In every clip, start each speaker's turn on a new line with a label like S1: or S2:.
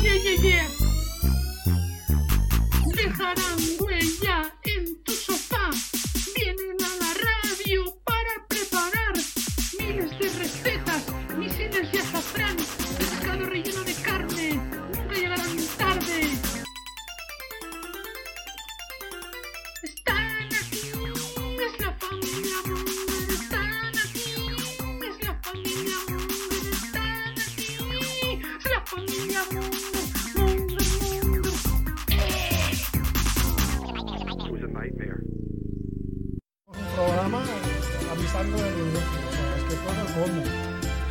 S1: Yeah, yeah, yeah. Dejarán huella en tu sofá. Vienen a la radio para preparar miles de recetas, misiles de azafrán, pescado relleno de carne. Nunca llegarán tarde. Están aquí, es la familia Munger. Están aquí, es la familia Munger. Están aquí, es la familia Munger. Munger, Munger.
S2: It was a nightmare.
S3: un programa eh, avisando de los dos. O sea, es que cosas como.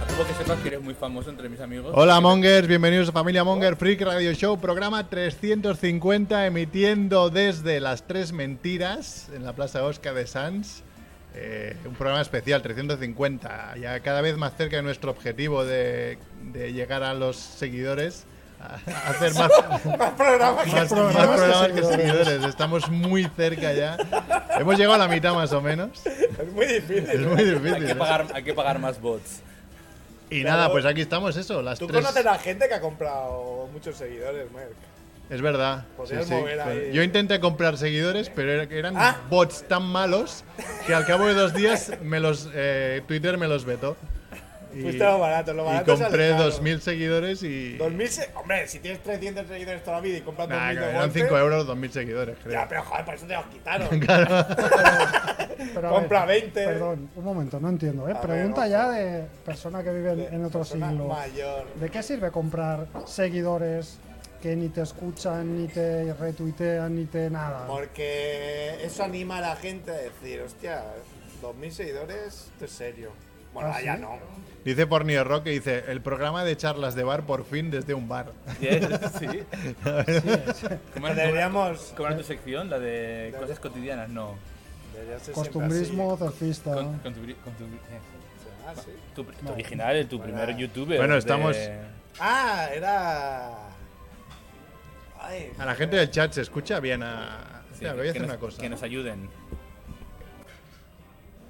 S4: Algo que sepas que eres muy famoso entre mis amigos.
S5: Hola Mongers, bienvenidos a Familia Monger Freak Radio Show, programa 350, emitiendo desde Las Tres Mentiras en la Plaza Oscar de Sanz. Eh, un programa especial, 350, ya cada vez más cerca de nuestro objetivo de, de llegar a los seguidores, a, a hacer más,
S6: Más programas que
S5: más- más
S3: programas que
S5: programas que
S3: seguidores.
S5: seguidores. Estamos muy cerca ya. Hemos llegado a la mitad más o menos.
S6: es muy
S5: Es
S6: difícil.
S5: muy
S4: Hay
S5: difícil.
S4: que,
S5: ¿eh?
S4: pagar, hay que pagar más bots.
S5: Y
S6: Claro.
S5: nada, pues aquí estamos, eso, las
S6: Tú
S5: tres.
S6: conoces a gente que ha comprado muchos seguidores, Merck.
S5: Es verdad.
S6: Podrías mover ahí.
S5: Yo intenté comprar seguidores, pero era- eran
S6: Ah.
S5: bots tan malos que al cabo de dos días me los, eh, Twitter me los vetó. Y,
S6: Fuiste lo barato, lo
S5: y
S6: barato sale
S5: compré
S6: caro.
S5: 2.000 seguidores y...
S6: 2000 se- Hombre, si tienes 300 seguidores toda la vida y compras
S5: Nah,
S6: 2000 de
S5: eran
S6: golpe-
S5: 5 euros 2.000 seguidores, creo.
S6: Ya, pero joder, por eso te los quitaron.
S3: Pero a ver,
S6: Compra 20.
S3: Perdón, un momento, no entiendo. ¿eh?
S6: A ver,
S3: Pregunta
S6: ojo.
S3: ya de persona que vive en, en otro
S6: Persona
S3: siglo.
S6: mayor.
S3: ¿De qué sirve comprar seguidores que ni te escuchan, ni te retuitean, ni te nada?
S6: Porque eso anima a la gente a decir, hostia, 2000 seguidores, esto es serio. Bueno,
S3: ¿Ah,
S6: ahora ya
S3: sí?
S6: no.
S5: Dice por Neo Rock que dice, el programa de charlas de bar por fin desde un bar.
S4: Yes, sí. ¿Cómo
S6: Pero
S4: era,
S6: Deberíamos.
S4: cómo era tu sección? La de cosas cotidianas, no.
S6: debería ser siempre
S3: Costumbrismo surfista.
S4: Con, con tu, con tu- eh,
S6: así. Ah, sí.
S4: tu- tu original, el- tu primer youtuber.
S5: Bueno,
S4: de-
S5: estamos-
S6: Ah, era. Ay,
S5: A la gente del chat se escucha bien a...
S4: sí,
S5: Mira, voy a hacer
S4: nos,
S5: una cosa.
S4: que nos ayuden.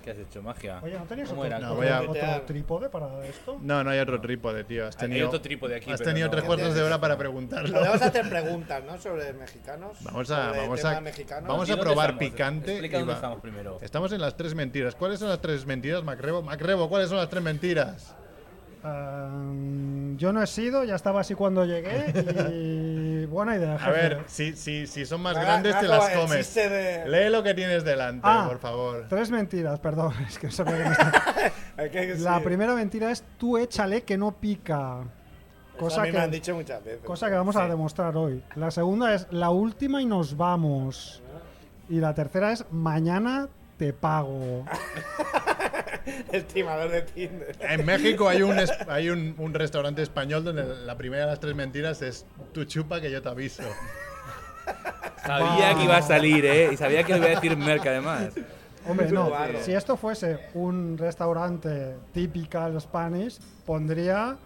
S4: ¿Qué has hecho? Magia.
S3: Oye, ¿no tenías
S4: ¿Cómo
S3: otro,
S4: era?
S5: No,
S3: otro-
S5: voy a-
S3: otro trípode para esto?
S5: No, no hay otro trípode, tío. Has
S4: Hay- hay
S5: tenido,
S4: otro trípode aquí,
S5: has
S4: pero
S5: tenido
S4: no-
S5: tres cuartos de hora para preguntarlo.
S6: Podemos hacer preguntas, ¿no? Sobre mexicanos.
S5: Vamos a-
S6: sobre
S5: vamos
S6: temas
S5: a-
S6: mexicanos.
S5: vamos
S4: ¿Y
S5: a
S4: dónde
S5: probar
S4: estamos?
S5: picante
S4: Explica
S5: y
S4: dónde
S5: va-
S4: estamos primero.
S5: Estamos en las tres mentiras. ¿Cuáles son las tres mentiras, Macrebo? Macrebo, ¿cuáles son las tres mentiras?
S3: Ehm, yo no he sido, ya estaba así cuando llegué. Y buena idea,
S5: A
S3: jefe.
S5: ver, si, si, si son más
S6: Haga-
S5: grandes te
S6: haga
S5: las
S6: el
S5: comes.
S6: chiste de-
S5: Lee lo que tienes delante,
S3: Ah.
S5: por favor.
S3: Tres mentiras, perdón. Es que no sabía que me estaba-
S6: Hay que-
S3: La
S6: sí.
S3: primera mentira es tú échale que no pica.
S6: Eso Pues a
S3: Cosa
S6: mí me han
S3: que,
S6: dicho muchas veces.
S3: cosa que vamos a demostrar hoy. La segunda es la última y nos vamos. Y la tercera es mañana te pago.
S6: El timador de Tinder.
S5: En México hay un, es- hay un, un restaurante español donde la primera de las tres mentiras es tu chupa que yo te aviso.
S4: Sabía que iba a salir, ¿eh? Y sabía que le iba a decir Merck, además.
S3: Hombre,
S6: Es un
S3: no.
S6: barro.
S3: Si esto fuese un restaurante típico Spanish, pondría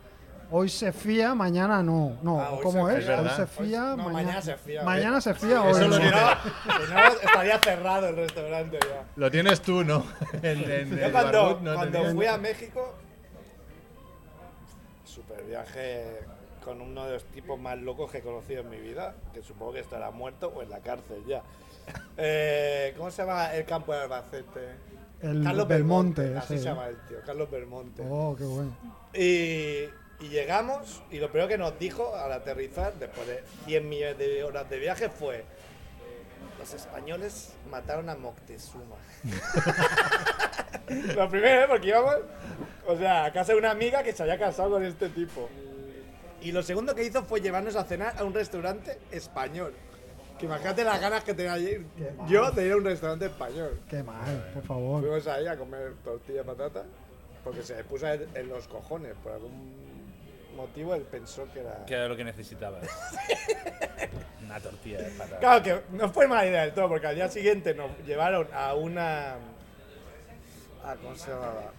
S3: hoy se fía, mañana no. No,
S6: Ah, hoy
S3: ¿cómo
S6: se
S3: es?
S5: fía.
S3: Hoy
S5: Es
S3: se
S5: verdad.
S3: fía,
S6: Hoy- no, mañana se fía.
S3: Mañana se fía,
S5: Eso
S3: hoy
S5: lo
S3: no.
S6: Si
S5: tiene-
S6: no, si no, estaría cerrado el restaurante ya.
S5: Lo tienes tú, ¿no? En, en
S6: Yo
S5: el
S6: cuando,
S5: barbud no
S6: cuando
S5: tenías-
S6: fui a México, super viaje con uno de los tipos más locos que he conocido en mi vida, que supongo que estará muerto o en la cárcel ya. Eh, ¿Cómo se llama el campo de Albacete?
S3: El Belmonte,
S6: así
S3: ese,
S6: se
S3: ¿eh?
S6: llama este. el tío, Carlos Belmonte.
S3: Oh, qué bueno.
S6: Y, y llegamos y lo primero que nos dijo al aterrizar, después de 100 millones de horas de viaje, fue... Los españoles mataron a Moctezuma. lo primero, ¿eh? porque íbamos o sea, a casa de una amiga que se había casado con este tipo. Y lo segundo que hizo fue llevarnos a cenar a un restaurante español. Que imagínate las ganas que tenía yo-
S3: Qué mal.
S6: yo de ir a un restaurante español.
S3: Qué mal, por favor.
S6: Fuimos ahí a comer tortilla de patata porque se le puso en, en los cojones. Por algún motivo él pensó que era.
S4: Que era lo que necesitabas. Una tortilla de patata.
S6: Claro que no fue mala idea del todo porque al día siguiente nos llevaron a una. A, ¿Cómo se llamaba?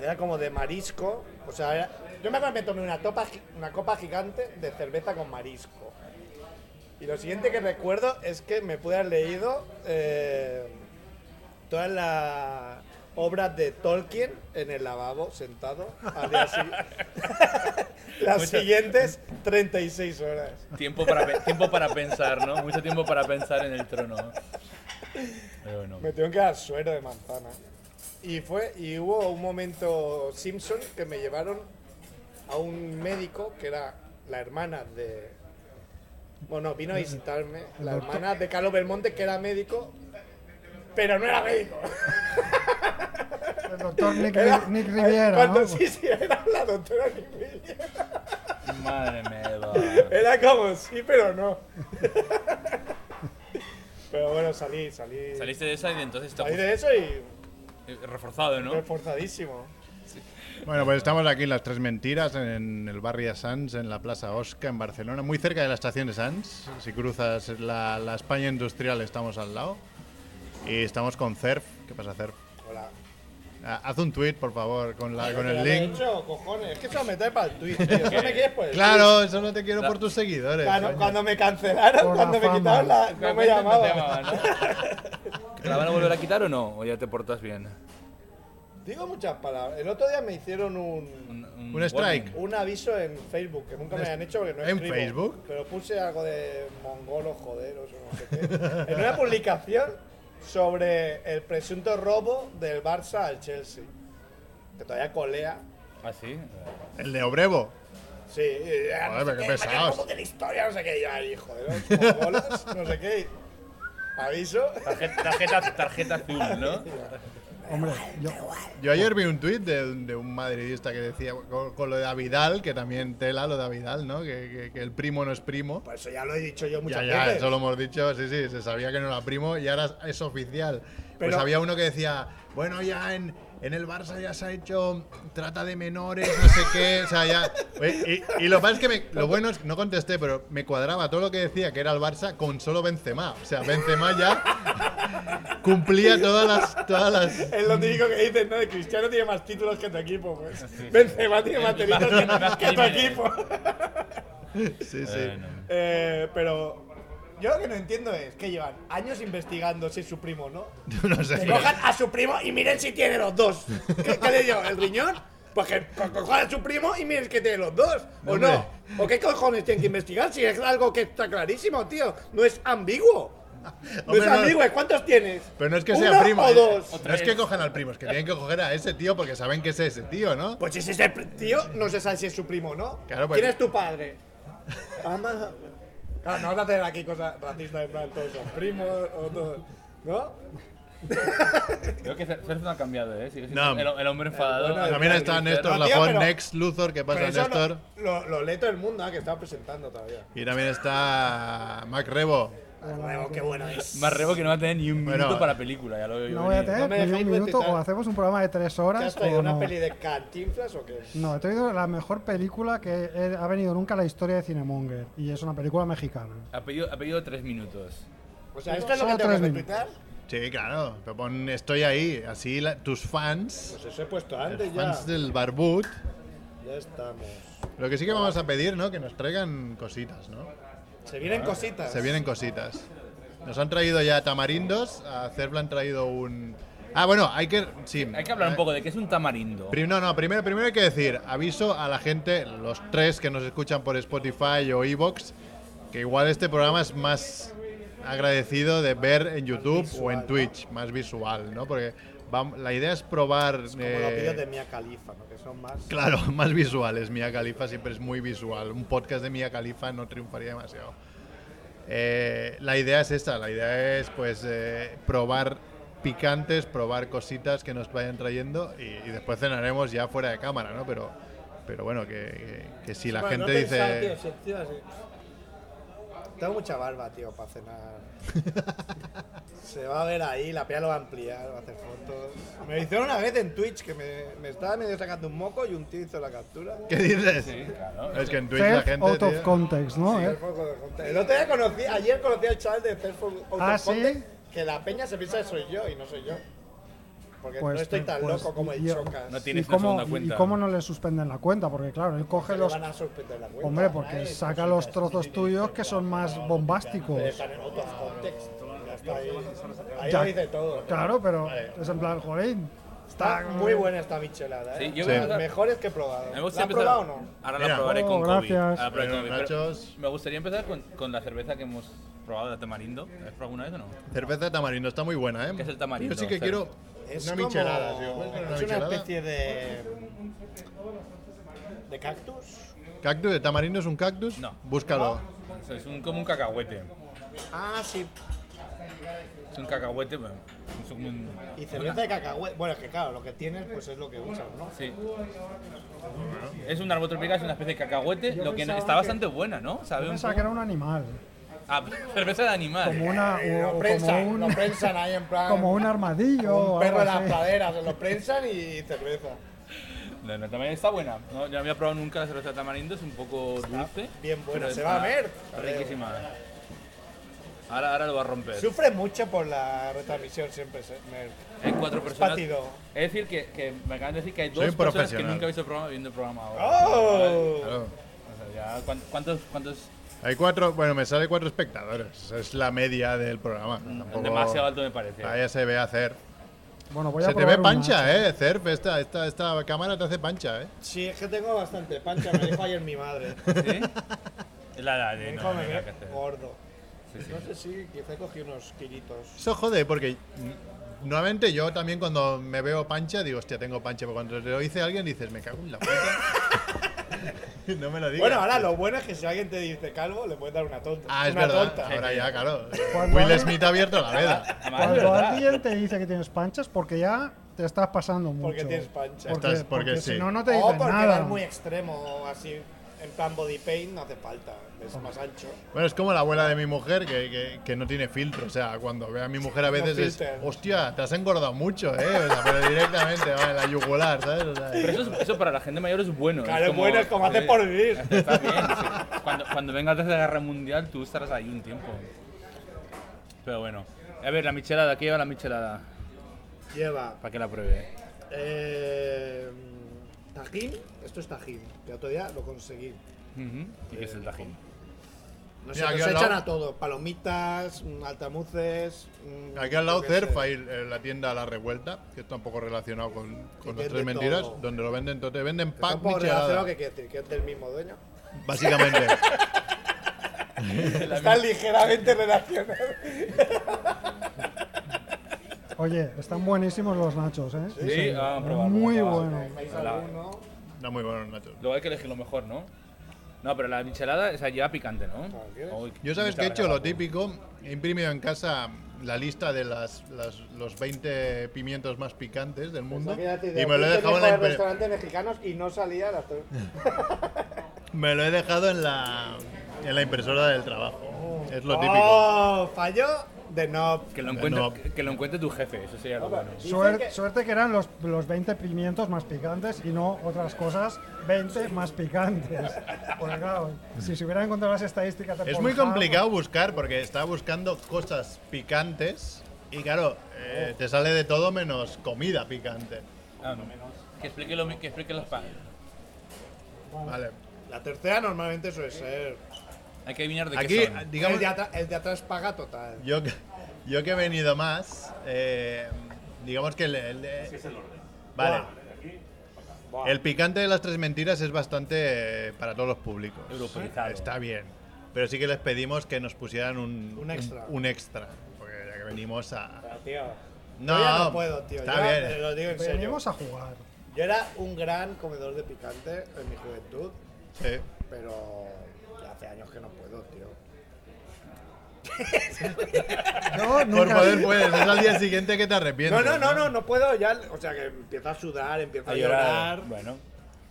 S6: Era como de marisco. O sea, era- yo me acuerdo que me tomé una, topa, gi- una copa gigante de cerveza con marisco. Y lo siguiente que recuerdo es que me pude haber leído eh, todas las obras de Tolkien en el lavabo, sentado. al día si- las siguientes 36 horas.
S4: Tiempo para, pe- tiempo para pensar, ¿no? Mucho tiempo para pensar en el trono. Pero bueno.
S6: Me tengo que dar suero de manzana. Y fue y hubo un momento Simpson que me llevaron a un médico que era la hermana de bueno, vino a visitarme la hermana de Carlos Belmonte que era médico, pero no era médico.
S3: El doctor Nick,
S6: Era-
S3: Nick Riviera,
S6: cuando-
S3: ¿no?
S6: Sí, sí, era la doctora Nick Riviera.
S4: Madre mía, Eva.
S6: Era como sí, pero no. pero bueno, salí, salí.
S4: Saliste de esa y entonces estás
S6: salí de eso y
S4: reforzado, ¿no?
S6: reforzadísimo.
S5: Bueno, pues estamos aquí en las Tres Mentiras, en el barrio de Sants, en la Plaza Osca, en Barcelona, muy cerca de la estación de Sants. Si cruzas la, la España Industrial, estamos al lado. Y estamos con CERF. ¿Qué pasa, CERF?
S6: Hola.
S5: Ah, Haz un tweet, por favor, con, la, con el
S6: Pero
S5: link.
S6: de hecho, cojones, es que eso me trae para el tweet, tío. Eso me quieres por el
S5: Claro, eso no te quiero por tus seguidores.
S6: tweet. Claro,
S5: coño.
S6: cuando me cancelaron,
S3: Por la
S6: cuando me
S3: fama.
S6: quitaron la. No me llamaban.
S4: llamaban, ¿no? ¿Te la van a volver a quitar o no? ¿O ya te portas bien?
S6: Digo muchas palabras. El otro día me hicieron un,
S4: Un,
S5: Un strike.
S4: warning.
S6: un aviso en Facebook, que nunca me habían hecho porque no
S5: ¿En
S6: escribo.
S5: Facebook?
S6: Pero puse algo de mongolo, joder, o eso, no sé qué. En una publicación sobre el presunto robo del Barça al Chelsea. Que todavía colea.
S4: ¿Ah, sí?
S5: El de Obrevo.
S6: Sí, y, ah,
S5: Joder, pero qué
S6: mañana
S5: pesados.
S6: como que la historia, no sé qué, y yo ahí, joder, los mongolos, no sé qué. Aviso.
S4: Tarjeta, tarjeta, tarjeta azul, ¿no?
S3: Hombre, yo,
S5: Yo ayer vi un tuit de, de un madridista que decía con, con lo de Avidal, que también tela lo de Avidal, ¿no? Que, que- que el primo no es primo.
S6: Por Pues eso ya lo he dicho yo
S5: Ya,
S6: muchas
S5: ya,
S6: veces.
S5: eso lo hemos dicho, sí, sí, se sabía que no era primo y ahora es oficial. pues
S6: Pero-
S5: había uno que decía, bueno, ya en, en el Barça ya se ha hecho trata de menores, no sé qué, o sea, ya... Oye, Y, y lo, que pasa es que me- lo bueno es que no contesté, pero me cuadraba todo lo que decía que era el Barça con solo Benzema. O sea, Benzema ya cumplía todas las... Todas las
S6: Es lo típico que dicen, ¿no? De Cristiano tiene más títulos que tu equipo, pues. Benzema tiene más títulos que,
S4: Más
S6: que tu
S4: crímenes.
S6: equipo.
S5: sí, sí.
S4: Bueno.
S6: Eh, pero yo lo que no entiendo es que llevan años investigando si es su primo o no.
S5: No sé.
S6: Que cojan a su primo y miren si tiene los dos. ¿Qué, qué le digo? ¿El riñón? Pues que co- cojan a su primo y miren que tiene los dos. ¿O
S5: Hombre.
S6: no? ¿O qué cojones tienen que investigar? Si es algo que está clarísimo, tío. No es ambiguo. No
S5: Hombre,
S6: es
S5: no.
S6: ambiguo. ¿Cuántos tienes?
S5: Pero no es que
S6: ¿Uno
S5: sea primo.
S6: o
S5: eh.
S6: dos?
S5: No es que cojan al primo, es que tienen que coger a ese tío porque saben que es ese tío, ¿no?
S6: Pues es ese pr- tío, no se sabe si es su primo o no.
S5: Claro, pues-
S6: ¿Quién es tu padre? Ama. Claro, no vas a hacer aquí cosas racistas en plan todos son primos o todos. ¿No?
S4: Creo que Cerf no ha cambiado, ¿eh? Sigue
S5: No.
S4: siendo el, el hombre enfadado.
S6: Bueno,
S5: También
S6: Ay,
S5: está
S6: Cristiano,
S5: Néstor
S6: tío,
S5: Lafon,
S6: pero-
S5: Next Luthor, ¿qué pasa,
S6: Pero eso
S5: Pues Néstor?
S6: lo, lo, lo lee todo el mundo, ah, que estaba presentando todavía.
S5: Y también está Mac Rebo.
S6: Luego, qué bueno es.
S4: Más rebo que no va a tener ni un
S5: Bueno,
S4: minuto para película, ya lo veo yo
S3: no voy a
S4: venir.
S3: tener
S6: me
S3: ni
S6: dejéis
S3: un minuto.
S6: contestar.
S3: O hacemos un programa de tres
S6: ¿Te has
S3: horas
S6: traído
S3: o
S6: una
S3: no.
S6: peli de Cantinflas o qué?
S3: No, he traído la mejor película que he- ha venido nunca a la historia de Cinemonger. Y es una película mexicana.
S4: Ha pedido, ha pedido tres minutos.
S6: O sea, ¿esto es lo
S3: Solo
S6: que tengo que
S3: tres minutos.
S6: retuitear?
S5: Sí, claro. Pero pon estoy ahí. Así la- tus fans,
S6: Pues eso he puesto antes ya.
S5: fans del Barbut.
S6: Ya estamos.
S5: Lo que sí que vamos a pedir, ¿no? Que nos traigan cositas, ¿no?
S6: Se vienen cositas.
S5: Ah, Se vienen cositas. Nos han traído ya tamarindos. A Cervla han traído un. Ah, bueno, hay que. Sí.
S4: Hay que hablar un poco de qué es un tamarindo.
S5: Prim- No, no, primero, primero hay que decir, aviso a la gente, los tres que nos escuchan por Spotify o Evox, que igual este programa es más agradecido de ver en YouTube o en Twitch, más visual, ¿no? Porque vam- la idea es probar...
S6: Como
S5: eh,
S6: los vídeos de Mia Khalifa, ¿no? Que son más.
S5: Claro, más visuales. Mia Khalifa siempre es muy visual. Un podcast de Mia Khalifa no triunfaría demasiado. Eh, la idea es esta, la idea es pues eh, probar picantes, probar cositas que nos vayan trayendo y, y después cenaremos ya fuera de cámara, ¿no? Pero, pero bueno, que, que- que si la
S6: Bueno,
S5: gente
S6: no he
S5: dice...
S6: pensado, tío, sí, tío, sí. Tengo mucha barba, tío, para cenar. Se va a ver ahí, la pía lo va a ampliar, va a hacer fotos. Me lo hicieron una vez en Twitch que me, me estaba medio sacando un moco y un tío hizo la captura.
S5: ¿Qué dices?
S4: Sí, claro.
S5: Es que en Twitch la
S3: Theft
S5: gente...
S3: out of
S5: tío,
S3: context, ¿no?
S6: Sí,
S3: ¿Eh?
S6: el foco de conte- El otro día conocí, ayer conocí al chaval de Self Out
S3: Ah,
S6: of Context,
S3: ¿sí?
S6: que la peña se piensa que soy yo y no soy yo. Porque
S3: Pues
S6: no estoy
S3: tú-
S6: tan
S3: pues
S6: loco como el
S3: yo-
S6: Chocas.
S4: No
S3: ¿Y
S4: tienes una
S3: cómo,
S4: segunda
S3: ¿Y
S4: cuenta.
S3: cómo no le suspenden la cuenta? Porque claro, él coge
S6: Te
S3: los...
S6: van a sorprender la cuenta.
S3: Hombre, porque
S6: Ay,
S3: saca
S6: cositas.
S3: los trozos tuyos que son más
S6: Pero
S3: bombásticos.
S6: están en otros contextos. Ya está ahí. Ahí
S3: Ya.
S6: lo dice todo.
S3: Claro, pero es en plan, jolín.
S6: Está muy buena esta michelada, ¿eh?
S4: Sí, yo
S5: Sí.
S4: creo
S6: Las
S4: que-
S6: mejores que he probado.
S4: me
S6: ¿La has
S4: gusta empezar-
S6: probado o no?
S4: Ahora
S5: Mira.
S4: la probaré
S3: Oh,
S4: con Kobe.
S3: gracias.
S4: Ahora la probaré con
S5: Bueno,
S4: Kobe, pero
S5: nachos.
S4: Me gustaría empezar con, con la cerveza que hemos probado, la tamarindo. ¿La has probado alguna vez o no?
S5: Cerveza de tamarindo, está muy buena, ¿eh?
S4: ¿Qué es el tamarindo?
S5: Yo sí que
S4: Fer?
S5: quiero
S6: Es
S5: una
S6: como-
S5: michelada, tío. ¿Puedes poner una
S6: Es una
S5: michelada?
S6: especie de. de cactus.
S5: ¿Cactus? ¿El tamarindo es un cactus?
S4: No.
S5: Búscalo.
S4: O sea, es un, como un cacahuete.
S6: Ah, sí.
S4: Es un cacahuete, pero es un-
S6: Y
S4: una-
S6: cerveza de cacahuete. Bueno, es que claro, lo que tienes pues es lo que usas, ¿no?
S4: Sí. Es un árbol tropical, es una especie de cacahuete, lo que no- está bastante buena, ¿no? Sabe
S3: Yo
S4: un
S3: pensaba que era un animal.
S4: poco- Ah, cerveza de
S3: Como
S4: animal.
S3: una.
S6: Y
S3: o- o
S6: lo prensan,
S3: como un,
S6: lo prensan ahí en plan.
S3: como un armadillo. o
S6: un perro de
S3: algo
S6: las
S3: así.
S6: praderas, lo prensan y cerveza.
S4: No, no, también está buena. No, yo no había probado nunca la cerveza de tamarindo, es un poco dulce.
S6: bien buena,
S4: pero
S6: se va a
S4: está
S6: ver.
S4: Riquísima. Ahora, ahora lo va a romper.
S6: Sufre mucho por la retransmisión siempre. se- me-
S4: Hay cuatro personas.
S6: Patido.
S4: Es decir, que, que me acaban de decir que hay
S5: Soy
S4: dos
S5: un
S4: personas que
S5: profesional.
S4: nunca habéis programa viendo el programa ahora.
S6: ¡Oh!
S5: Claro.
S4: O sea, ya, ¿cuán- ¿cuántos, cuántos
S5: Hay cuatro, bueno, me sale cuatro espectadores. Es la media del programa. Tampoco-
S4: Mm, demasiado alto me parece?
S5: Vaya se ve hacer.
S3: Bueno, voy a
S5: Se te
S3: probar
S5: ve
S3: un
S5: pancha,
S3: hacha.
S5: eh, Cerf. Esta, esta, esta cámara te hace pancha, eh.
S6: Sí, es que tengo bastante pancha, me dijo ayer mi madre.
S4: ¿Sí? Es la edad
S6: Me
S4: de
S6: dijo,
S4: no, no
S6: me
S4: hay
S6: ve
S4: nada que hacer.
S6: gordo.
S4: Sí, sí.
S6: No sé si quizá cogí unos kilitos.
S5: Eso jode, porque mm, normalmente yo también cuando me veo pancha digo, hostia, tengo pancha. Pero cuando te lo dice alguien dices, me cago en la puta. no me lo digas.
S6: Bueno, ahora lo bueno es que si alguien te dice calvo, le puedes dar una tonta.
S5: Ah, es
S6: una
S5: verdad.
S6: tonta.
S5: Ahora ya, claro.
S3: Cuando
S5: Will
S3: alguien-
S5: Smith ha abierto la veda.
S4: Además, es
S3: Cuando
S4: verdad.
S3: alguien te dice que tienes panchas, porque ya te estás pasando mucho.
S6: Porque tienes pancha.
S3: Porque,
S5: Estás- porque
S3: porque
S5: sí.
S3: si no, no te
S6: O
S3: dicen
S6: porque
S3: nada.
S6: vas muy extremo, así, en plan body paint, no hace falta. Es más ancho.
S5: Bueno, es como la abuela de mi mujer que, que- que no tiene filtro. O sea, cuando ve a mi mujer a veces es,
S6: filter.
S5: hostia, te has engordado mucho, ¿eh? O sea, pero directamente, vale, la yugular, ¿sabes? O sea,
S4: Pero eso, es- eso para la gente mayor es bueno.
S6: Claro, es bueno, es como haces
S4: eh,
S6: por vivir.
S4: Está bien, sí. Cuando, cuando venga la Tercera Guerra Mundial, tú estarás ahí un tiempo. Pero bueno. A ver, la michelada, ¿qué lleva la michelada?
S6: Lleva
S4: Para que la pruebe.
S6: eh, tajín. Esto es tajín, que otro día lo conseguí.
S4: Ujú. ¿Y qué es el tajín?
S6: No
S5: Mira,
S6: sé,
S5: aquí
S6: nos
S5: al
S6: echan
S5: lado-
S6: a todo. Palomitas, mm, altamuces. mm,
S5: Aquí al lado
S6: yo qué
S5: Cerf
S6: sé.
S5: hay eh, la tienda La Revuelta, que está un poco relacionado con, con las
S6: vende
S5: tres mentiras,
S6: todo.
S5: donde lo venden todo. Te venden
S6: Está
S5: pack
S6: un poco relacionado,
S5: michelada,
S6: que quiere decir? Que es del mismo dueño.
S5: básicamente.
S6: Está ligeramente relacionado.
S3: Oye, están buenísimos los nachos, ¿eh?
S4: Sí, ah, probarlo,
S3: Muy
S4: probarlo.
S3: bueno.
S6: ¿Veis
S4: Hola.
S6: alguno?
S5: Está muy bueno, Nacho.
S4: Luego hay que elegir lo mejor, ¿no? No, pero la michelada esa lleva picante, ¿no?
S6: Claro, Ah, ¿quieres?
S4: Uy,
S5: Yo sabes
S4: mucha
S5: que he hecho lo
S4: regalada.
S5: típico, he imprimido en casa la lista de las, las- los 20 pimientos más picantes del mundo
S6: pues Imagínate, de
S5: y me lo he
S6: repente
S5: dejado en
S6: me
S5: la
S6: fui a
S5: impre-
S6: restaurantes mexicanos y no salía la to-
S5: Me lo he dejado en la, en la impresora del trabajo. Es lo típico.
S6: Oh, falló de no.
S4: Que lo, encuentre,
S5: No.
S4: que, que lo encuentre tu jefe, eso sería lo bueno.
S3: Suer-
S6: que-
S3: Suerte que eran los, los 20 pimientos más picantes y no otras cosas 20 más picantes. Porque claro, si se hubieran encontrado las estadísticas... de
S5: Es muy
S3: Pornhub,
S5: complicado buscar porque estaba buscando cosas picantes y claro,
S6: Oh.
S5: eh, te sale de todo menos comida picante.
S4: Ah, no. Que explique, lo, mi- que explique los panes.
S5: Vale.
S6: La tercera normalmente suele ser.
S4: Hay que adivinar de
S5: Aquí,
S4: qué son.
S5: digamos,
S6: el, de atra- el de atrás paga total.
S5: yo, que- yo que he venido más, eh, digamos que el... el- Vale.
S6: Buah.
S5: El picante de las tres mentiras es bastante eh, para todos los públicos.
S4: Europeizado.
S5: Está bien. Pero sí que les pedimos que nos pusieran un,
S6: Un extra.
S5: un- un extra, Porque ya que venimos a.
S4: Ah,
S6: Pero, tío.
S5: No,
S6: yo ya no puedo, tío.
S5: Está
S6: yo
S5: bien.
S6: Te lo digo en serio.
S3: Venimos a jugar.
S6: Yo era un gran comedor de picante en mi juventud,
S5: Sí.
S6: pero hace años que no puedo, tío.
S3: Yo
S5: Por
S3: nunca,
S5: poder puedes, es al día siguiente que te
S6: No,
S5: arrepientes.
S6: no, no, no, no puedo ya. O sea, que empiezo a sudar, empiezo a,
S4: A
S6: llorar.
S4: llorar. Bueno.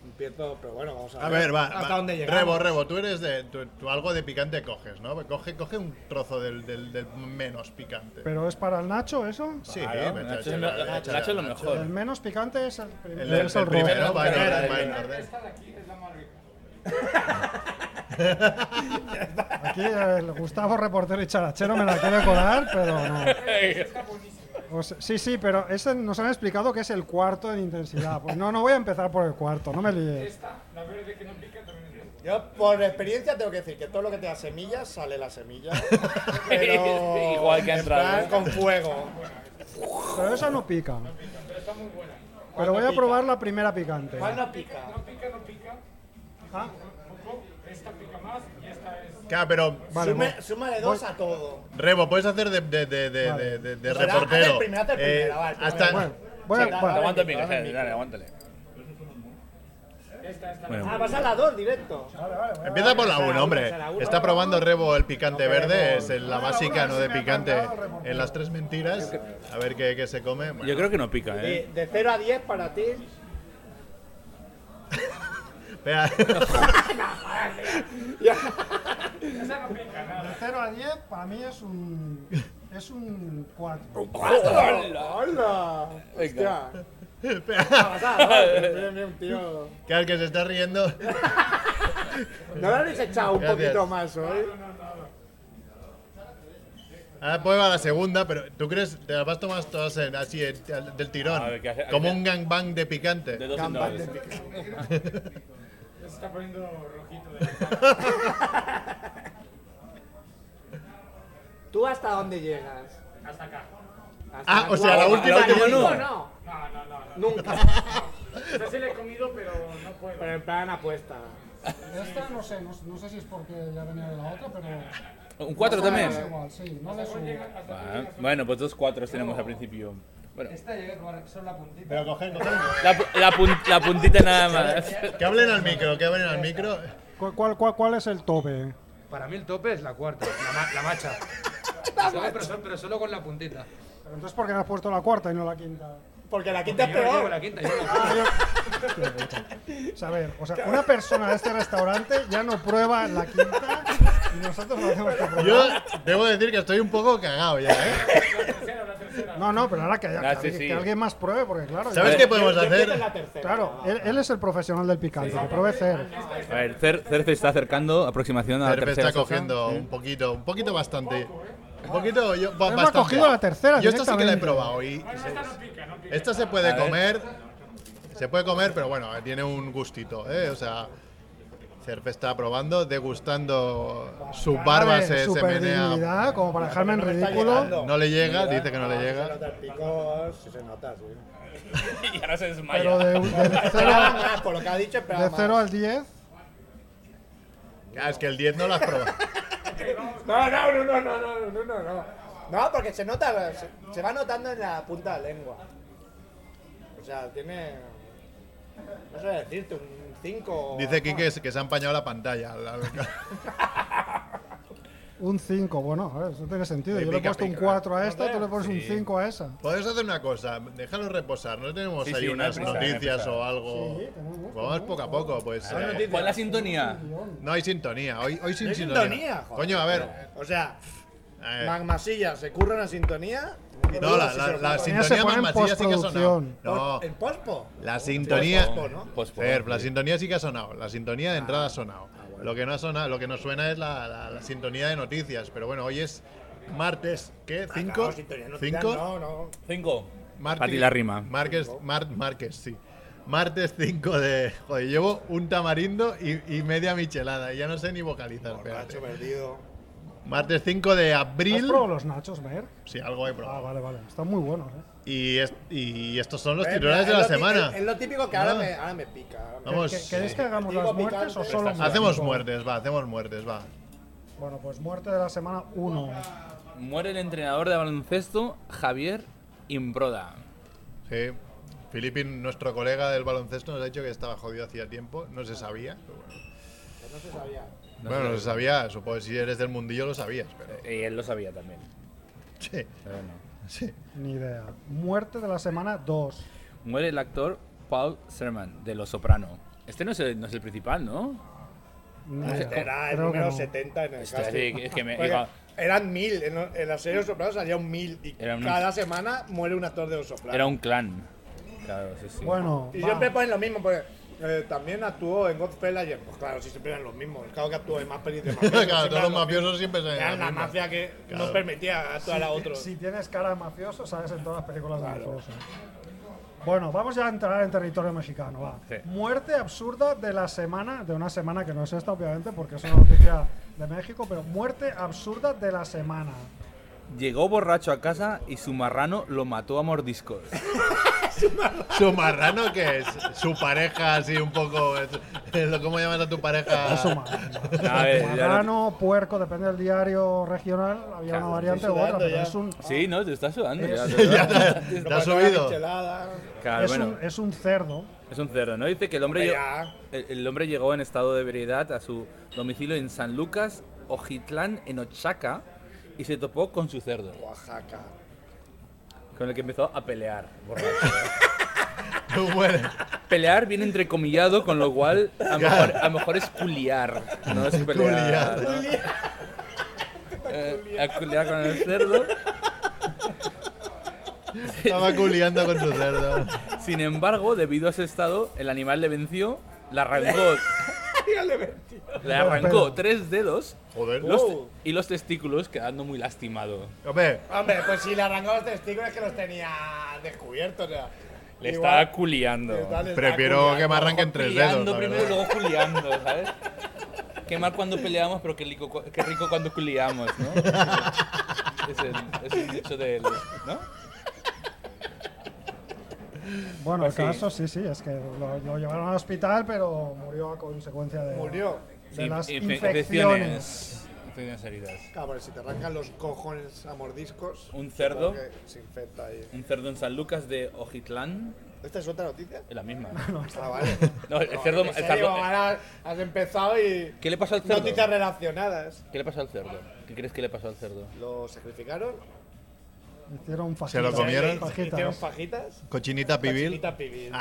S6: Empiezo, pero bueno, vamos a ver.
S5: A ver, va.
S6: Hasta
S5: va.
S6: dónde llegamos.
S5: Rebo, Rebo, tú eres de. Tú, tú algo de picante coges, ¿no? Coge, coge un trozo del, del- del menos picante.
S3: ¿Pero es para el nacho eso?
S5: sí,
S4: Claro,
S5: me-
S4: Nacho es lo-
S5: Nacho,
S4: Nacho es lo
S5: Nacho.
S4: mejor.
S3: El menos picante es el, prim-
S5: El,
S3: es
S5: el
S3: rojo.
S5: primero va en
S4: El
S5: orden,
S4: primero.
S5: va en orden.
S3: Aquí el Gustavo reportero y charachero me la quiere colar, pero no. O sea, sí, sí, pero ese nos han explicado que es el cuarto en intensidad. Pues no, no voy a empezar por el cuarto, no me líes.
S6: Yo, por experiencia, tengo que decir que todo lo que te da semillas sale la semilla. pero
S4: Igual que ha
S6: en
S4: entrado.
S6: plan, con fuego.
S3: Pero esa no pica. Pero
S6: ¿Cuándo
S3: voy a
S6: pica?
S3: probar la primera picante.
S6: ¿Cuándo pica?
S3: Ah,
S5: Claro, pero.
S3: vale,
S6: Sume-
S3: voy.
S6: súmale dos a todo.
S5: Rebo, puedes hacer de, de, de, de, de, de- de
S6: O sea,
S5: reportero.
S6: haz el primero, haz el primero,
S5: Eh,
S6: va, el primero.
S5: hasta,
S3: Bueno, voy a-
S6: Sí,
S3: bueno,
S6: vale.
S4: Aguanta, Miguel, dale, dale, aguántale. Bueno,
S6: Ah, vas a la dos directo.
S5: Empieza por la
S6: Será
S5: 1, hombre.
S6: una, será una.
S5: Está probando Rebo el picante verde, es el- la
S3: Bueno,
S5: básica,
S3: ahora
S5: no
S3: sí
S5: de
S3: me ha
S5: picante.
S3: encantado el remontado.
S5: En las tres mentiras, a ver qué, qué se come. Bueno,
S4: yo creo que no pica,
S6: De,
S4: ¿eh?
S6: de 0 a 10 para ti.
S5: vea.
S3: De 0 a 10 para mí es un es un 4.
S6: ¡Hola! ¡Hola!
S4: Venga.
S6: ¡Hostia! Pasada, ¿no? un tío.
S5: claro que se está riendo.
S6: ¿No lo habéis echado un
S5: Gracias.
S6: poquito más hoy?
S5: Ahora prueba la segunda, pero ¿tú crees? ¿Te las vas a tomar todas en- así en- del tirón?
S4: A ver, ¿qué hace?
S5: Como un gangbang de picante.
S4: De dos en
S6: Gambas de
S4: dos.
S6: ¿Tú hasta dónde llegas? Hasta acá.
S5: Ah, o sea, la
S6: Guau,
S5: última
S6: guau,
S5: que
S6: guau,
S5: no.
S6: No, no, no. Nunca. sí le he comido, pero no puedo. Pero en plan apuesta.
S3: Esta no sé, no, no sé si es porque ya venía de la otra, pero
S4: ¿Un cuatro también?
S3: da igual, sí, no le subo.
S4: Va, Bueno, pues dos cuatros tenemos al principio. Bueno,
S5: Pero coger, coger.
S4: la, pu- la pun- la puntita nada más.
S5: Que hablen al micro, que hablen al micro.
S3: ¿Cuál, cuál, cuál, cuál es el tope?
S7: Para mí el tope es la cuarta, la, ma- la macha. Solo, pero, solo- pero solo con la puntita.
S3: Pero entonces, ¿por qué me has puesto la cuarta y no la quinta?
S6: Porque la quinta es
S7: Yo no llevo
S6: peor.
S7: la quinta, yo llevo la
S3: Ah, yo- Tío, puta. O sea, a ver, o sea, una persona de este restaurante ya no prueba la quinta y nosotros no hacemos que probar.
S5: Yo debo decir que estoy un poco cagado ya, ¿eh?
S3: No, no, pero ahora que, haya-
S4: Ah,
S3: que-
S4: sí, sí.
S3: que alguien más pruebe, porque claro,
S5: ¿Sabes
S3: yo-
S5: qué podemos
S6: Yo empiezo en
S5: hacer?
S6: la tercera.
S3: claro, él, él es el profesional del picante, que pruebe cero.
S4: A ver, Cer, Cer se está acercando, aproximación a la
S5: Cerpe
S4: tercera.
S5: está
S4: sección.
S5: cogiendo un poquito, un poquito bastante. Un poquito, yo, ba-
S3: Él no ha
S5: bastante.
S3: cogido la tercera
S5: Yo esta sí que la he
S3: directamente.
S5: probado. Y Esta se
S4: A
S5: puede
S4: ver.
S5: comer, se puede comer, pero bueno, tiene un gustito, ¿eh? O sea, Cerpe está probando, degustando, su barba
S3: Vale,
S5: se, se menea.
S3: superdignidad, como para dejarme en
S6: no me está
S3: ridículo.
S6: llegando.
S5: No le llega, dice que no le
S6: Ah, Se
S5: llega.
S6: nota el pico, sí se nota, sí.
S4: y ahora se desmaya.
S3: Pero de, de,
S6: Esperaba
S3: 0,
S6: más, por lo que ha dicho, esperaba más.
S3: al 10,
S5: Ah, es que el 10 no la has probado.
S6: No, no, no, no, no, no, no, no, no. No, porque se nota, se, se va notando en la punta de la lengua. O sea, tiene. No sé decirte, un 5.
S5: Dice Kike que se ha empañado la pantalla. La-
S3: un 5. Bueno, a ver, eso tiene sentido.
S5: Sí,
S3: Yo le he
S5: pica,
S3: puesto un
S5: pica.
S3: 4 a esta, tú le pones un 5 a esa.
S5: Podéis hacer una cosa, déjalo reposar, no tenemos
S4: Sí, sí,
S5: ahí
S4: no hay
S5: unas
S4: prisa, no hay
S5: noticias
S4: prisa.
S5: o algo.
S3: Sí, tenemos,
S5: Pues Vamos poco a poco, pues. eh,
S4: Pon la sintonía.
S5: no hay sintonía, hoy, hoy sin
S6: No hay
S5: sintonía.
S6: sintonía, joder.
S5: Coño, a ver.
S6: O sea,
S5: eh,
S6: Magmasilla se curra una sintonía.
S5: no, la, la, la
S3: se
S5: sintonía
S3: pone
S5: más
S3: en
S5: masilla sí que ha sonado.
S3: postproducción.
S5: No,
S6: El pospo.
S5: la sintonía.
S6: pospo, ¿no? Ah,
S4: Pospo.
S5: Fer, la sintonía sí que ha sonado. La sintonía de entrada ha sonado. Lo que no ha sonado, lo que nos suena es la, la- la sintonía de noticias. Pero bueno, hoy es martes, ¿qué? ¿Cinco?
S6: No, Ah, sintonía no,
S5: ¿Cinco?
S6: No, no.
S4: Cinco.
S5: Martes-
S4: Pati la rima.
S5: Márquez, Mar- Márquez, sí. Martes 5 de. Joder, llevo un tamarindo y, y media michelada. Ya no sé ni vocalizar. espérate.
S6: Borracho perdido.
S5: Martes 5 de
S3: ¿Has
S5: abril.
S3: probado los nachos, Mer?
S5: Sí, algo he
S3: Ah,
S5: probado.
S3: vale, vale. Están muy buenos, ¿eh?
S5: Y, es- y estos son los
S6: Eh,
S5: titulares
S6: mira,
S5: de la
S6: es lo ti-
S5: semana. Ah.
S6: Es, es lo típico que ahora,
S5: No.
S6: me, ahora me pica. ahora me-
S5: Vamos.
S3: ¿Que- ¿Queréis
S5: eh,
S3: que hagamos
S6: digo
S3: las muertes o
S6: picante.
S3: solo muertes?
S5: Hacemos muertes, va, hacemos muertes, va.
S3: Bueno, pues muerte de la semana 1.
S4: Muere el entrenador de baloncesto Javier Imbroda.
S5: Sí. Filipín, nuestro colega del baloncesto, nos ha dicho que estaba jodido hacía tiempo. No se sabía. pero bueno.
S6: Pues No se sabía.
S5: Bueno, no se sabía. Supongo que si eres del mundillo lo sabías, pero.
S4: Y él lo sabía también.
S5: Sí,
S4: Pero bueno.
S5: sí.
S3: Ni idea. Muerte de la semana 2.
S4: Muere el actor Paul Serman de Los Soprano. Este no es el, no es el principal, ¿no?
S6: Ah, Era el
S3: Creo que
S6: número
S3: no.
S6: 70 en el
S4: Hostia,
S6: casting.
S4: sí, es que me-
S6: Porque
S4: iba-
S6: Eran mil, en, en la serie de los Sopranos salía un mil y
S4: Era un-
S6: cada semana muere un actor de los Sopranos.
S4: Era un clan. Claro, sí, sí.
S3: Bueno,
S6: Y
S3: va.
S6: siempre ponen lo mismo, porque eh, también actuó en Godfellas, y, pues claro, si siempre eran los mismos. Claro que actuó en más películas. de mafiosos,
S5: Claro,
S6: siempre
S5: todos los
S6: eran los
S5: mafiosos siempre se.
S6: mismos. Eran la mafia que
S5: Claro.
S6: no permitía actuar a otros.
S3: Si tienes cara de mafioso, sabes en todas las películas de mafioso. ¿eh? Bueno, vamos ya a entrar en territorio mexicano, va.
S4: Sí.
S3: Muerte absurda de la semana, de una semana que no es esta, obviamente, porque es una noticia de México, pero muerte absurda de la semana.
S4: Llegó borracho a casa y su marrano lo mató a mordiscos.
S5: ¿Su marrano qué es? ¿Su pareja así un poco? es- es- ¿Cómo llamas a tu pareja?
S3: Eso, ma-
S4: A ver, ya lo-
S3: Marrano, puerco, depende del diario regional, había una variante u otra,
S6: sudando
S3: pero
S6: ya.
S3: es un,
S4: Sí, no, te estás sudando.
S5: Ya
S4: ya, te-
S5: te- te has
S6: Cuando la
S5: subido.
S6: michelada,
S4: Claro,
S3: es
S4: bueno.
S3: un- eh. es un cerdo.
S4: Es un cerdo, ¿no? Dice que el hombre, lle-
S6: Ya.
S4: el, el hombre llegó en estado de ebriedad a su domicilio en San Lucas, Ojitlán, en Oaxaca, y se topó con su cerdo,
S6: Oaxaca.
S4: con el que empezó a pelear. borracho. ¿eh?
S5: Tú mueres.
S4: pelear viene entrecomillado, con lo cual a lo mejor, a lo mejor es culiar, no es pelear. ¿no? Eh, a culiar con el cerdo.
S5: Estaba culiando con su cerdo.
S4: Sin embargo, debido a ese estado, el animal le venció, le arrancó, le arrancó tres dedos
S5: Joder.
S4: los te-
S6: Wow.
S4: y los testículos, quedando muy lastimado.
S5: Hombre,
S6: Hombre, pues si le arrancó los testículos es que los tenía descubiertos. O sea,
S4: Le
S6: igual-
S4: estaba culiando.
S6: le está- le está
S5: prefiero
S6: culiando.
S5: que me arranquen tres dedos.
S4: Culiando
S5: la
S4: primero y
S5: verdad.
S4: luego culiando, ¿sabes? Qué mal cuando peleamos, pero qué rico, cu- qué rico cuando culiamos, ¿no? Es el, es el dicho del... ¿No?
S3: Bueno,
S4: Pues
S3: el
S4: sí.
S3: caso sí, sí, es que lo, lo llevaron al hospital, pero murió a consecuencia de,
S6: Murió.
S3: de las
S4: Infe-
S3: infecciones.
S4: Infecciones heridas.
S6: Cabrón, si te arrancan los cojones a mordiscos.
S4: Un cerdo.
S6: supongo que Se infecta ahí.
S4: Un cerdo en San Lucas de Ojitlán,
S6: ¿Esta es otra noticia?
S4: es la misma.
S6: Ah, vale.
S4: No, el cerdo...
S6: en
S4: el
S6: serio,
S4: cerdo-
S6: ahora has empezado y.
S4: ¿Qué le pasó al cerdo?
S6: Noticias relacionadas.
S4: ¿Qué le pasó al cerdo? ¿Qué crees que le pasó al cerdo?
S6: ¿Lo sacrificaron?
S3: Hicieron
S5: ¿Se lo
S3: fajitas.
S5: comieron?
S6: ¿Hicieron
S3: Fajitas.
S6: fajitas?
S5: Cochinita pibil.
S6: Cochinita pibil.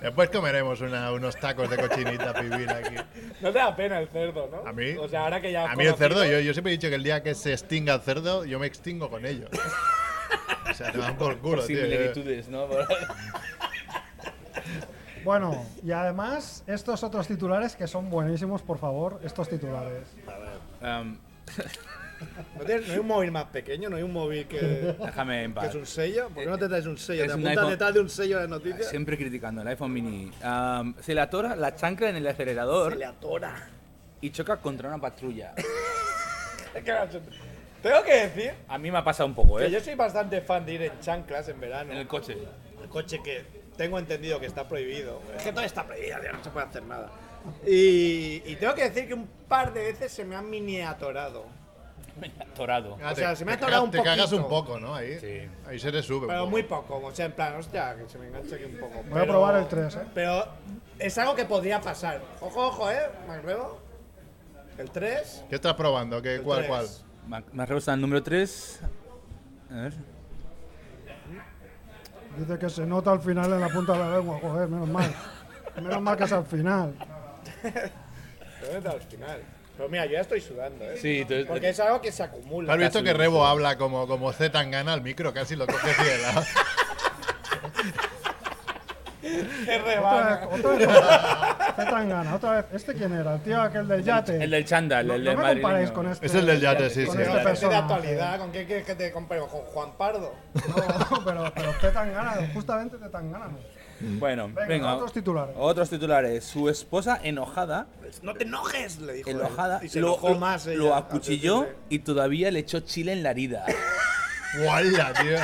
S5: Después comeremos una- unos tacos de cochinita pibil aquí.
S6: No te da pena el cerdo, ¿no?
S5: A mí,
S6: O sea, ahora que ya. has
S5: a mí el
S6: conocido-
S5: cerdo, yo, yo siempre he dicho que el día que se extinga el cerdo, yo me extingo con ellos. O sea, te van por culo, tío.
S4: eh. Similitudes, ¿no?
S3: Bueno, y además, estos otros titulares que son buenísimos, por favor, estos titulares.
S4: Em,
S6: ¿No, tienes- no hay un móvil más pequeño? ¿No hay un móvil que,
S4: déjame en
S6: que
S4: paz.
S6: es un sello? ¿Por qué no te traes un sello?
S4: Es
S6: ¿Te
S4: un
S6: apuntas
S4: iPhone.
S6: detrás de un sello de noticias?
S4: Siempre criticando el iPhone mini. Am, se le atora la chancla en el
S6: Se
S4: acelerador
S6: le atora.
S4: y choca contra una patrulla.
S6: Tengo que decir
S4: A mí me ha pasado un poco,
S6: que yo
S4: ¿eh?
S6: soy bastante fan de ir en chanclas en verano.
S4: En el coche.
S6: el coche que tengo entendido que está prohibido. Es que todo está prohibido, tío, no se puede hacer nada. Y, y tengo que decir que un par de veces se me han miniatorado.
S4: Torado.
S5: Ah,
S6: O
S5: te-
S6: sea, se me ha
S5: te
S6: atorado
S5: ca-
S6: un
S5: Te cagas
S6: poquito.
S5: un poco, ¿no? Ahí,
S4: Sí.
S5: ahí se te sube. un
S6: Pero
S5: poco.
S6: muy poco, o sea, en plan, hostia, que se me engancha aquí un poco.
S3: Voy a probar el 3, ¿eh?
S6: Pero es algo que podría pasar. Ojo, ojo, ¿eh? Manrebo. El 3.
S5: ¿Qué estás probando? ¿Qué,
S6: el
S5: ¿Cuál,
S6: tres.
S5: cuál?
S4: Me ha rebusado el número 3. A ver.
S3: Dice que se nota al final en la punta de la lengua, joder, menos mal. Menos mal que es al final.
S6: Pero no está al final. Pero mira, yo ya estoy sudando, ¿eh?
S4: Sí, tú-
S6: Porque es algo que se acumula.
S5: ¿Has visto
S4: Casi,
S5: que Rebo habla como, como Z Tangana al micro? Casi lo coge así de lado.
S6: Es
S3: Otra
S6: rebana.
S3: vez, otra vez. Qué tan gana, otra vez. ¿este quién era? ¿El tío aquel del yate?
S4: El del chándal,
S3: No,
S4: el
S3: no
S4: del
S3: me comparéis
S4: madrileño.
S3: con este.
S5: Es el del yate, sí,
S3: con
S5: sí.
S3: esta
S6: Pero este de
S3: persona.
S6: actualidad, ¿con qué quieres que te comparemos? ¿Con Juan Pardo?
S3: No, pero, pero te tan gana, justamente te tan gana.
S4: Bueno,
S3: Venga,
S4: venga, Oh,
S3: otros titulares.
S4: Otros titulares. Su esposa enojada,
S6: Pues ¡No te enojes! Le dijo. él.
S4: enojada,
S6: Y se
S4: lo,
S6: enojó
S4: lo-
S6: más. ella.
S4: lo acuchilló
S6: Así que-
S4: y todavía le echó chile en la herida.
S5: ¡Guala, tío!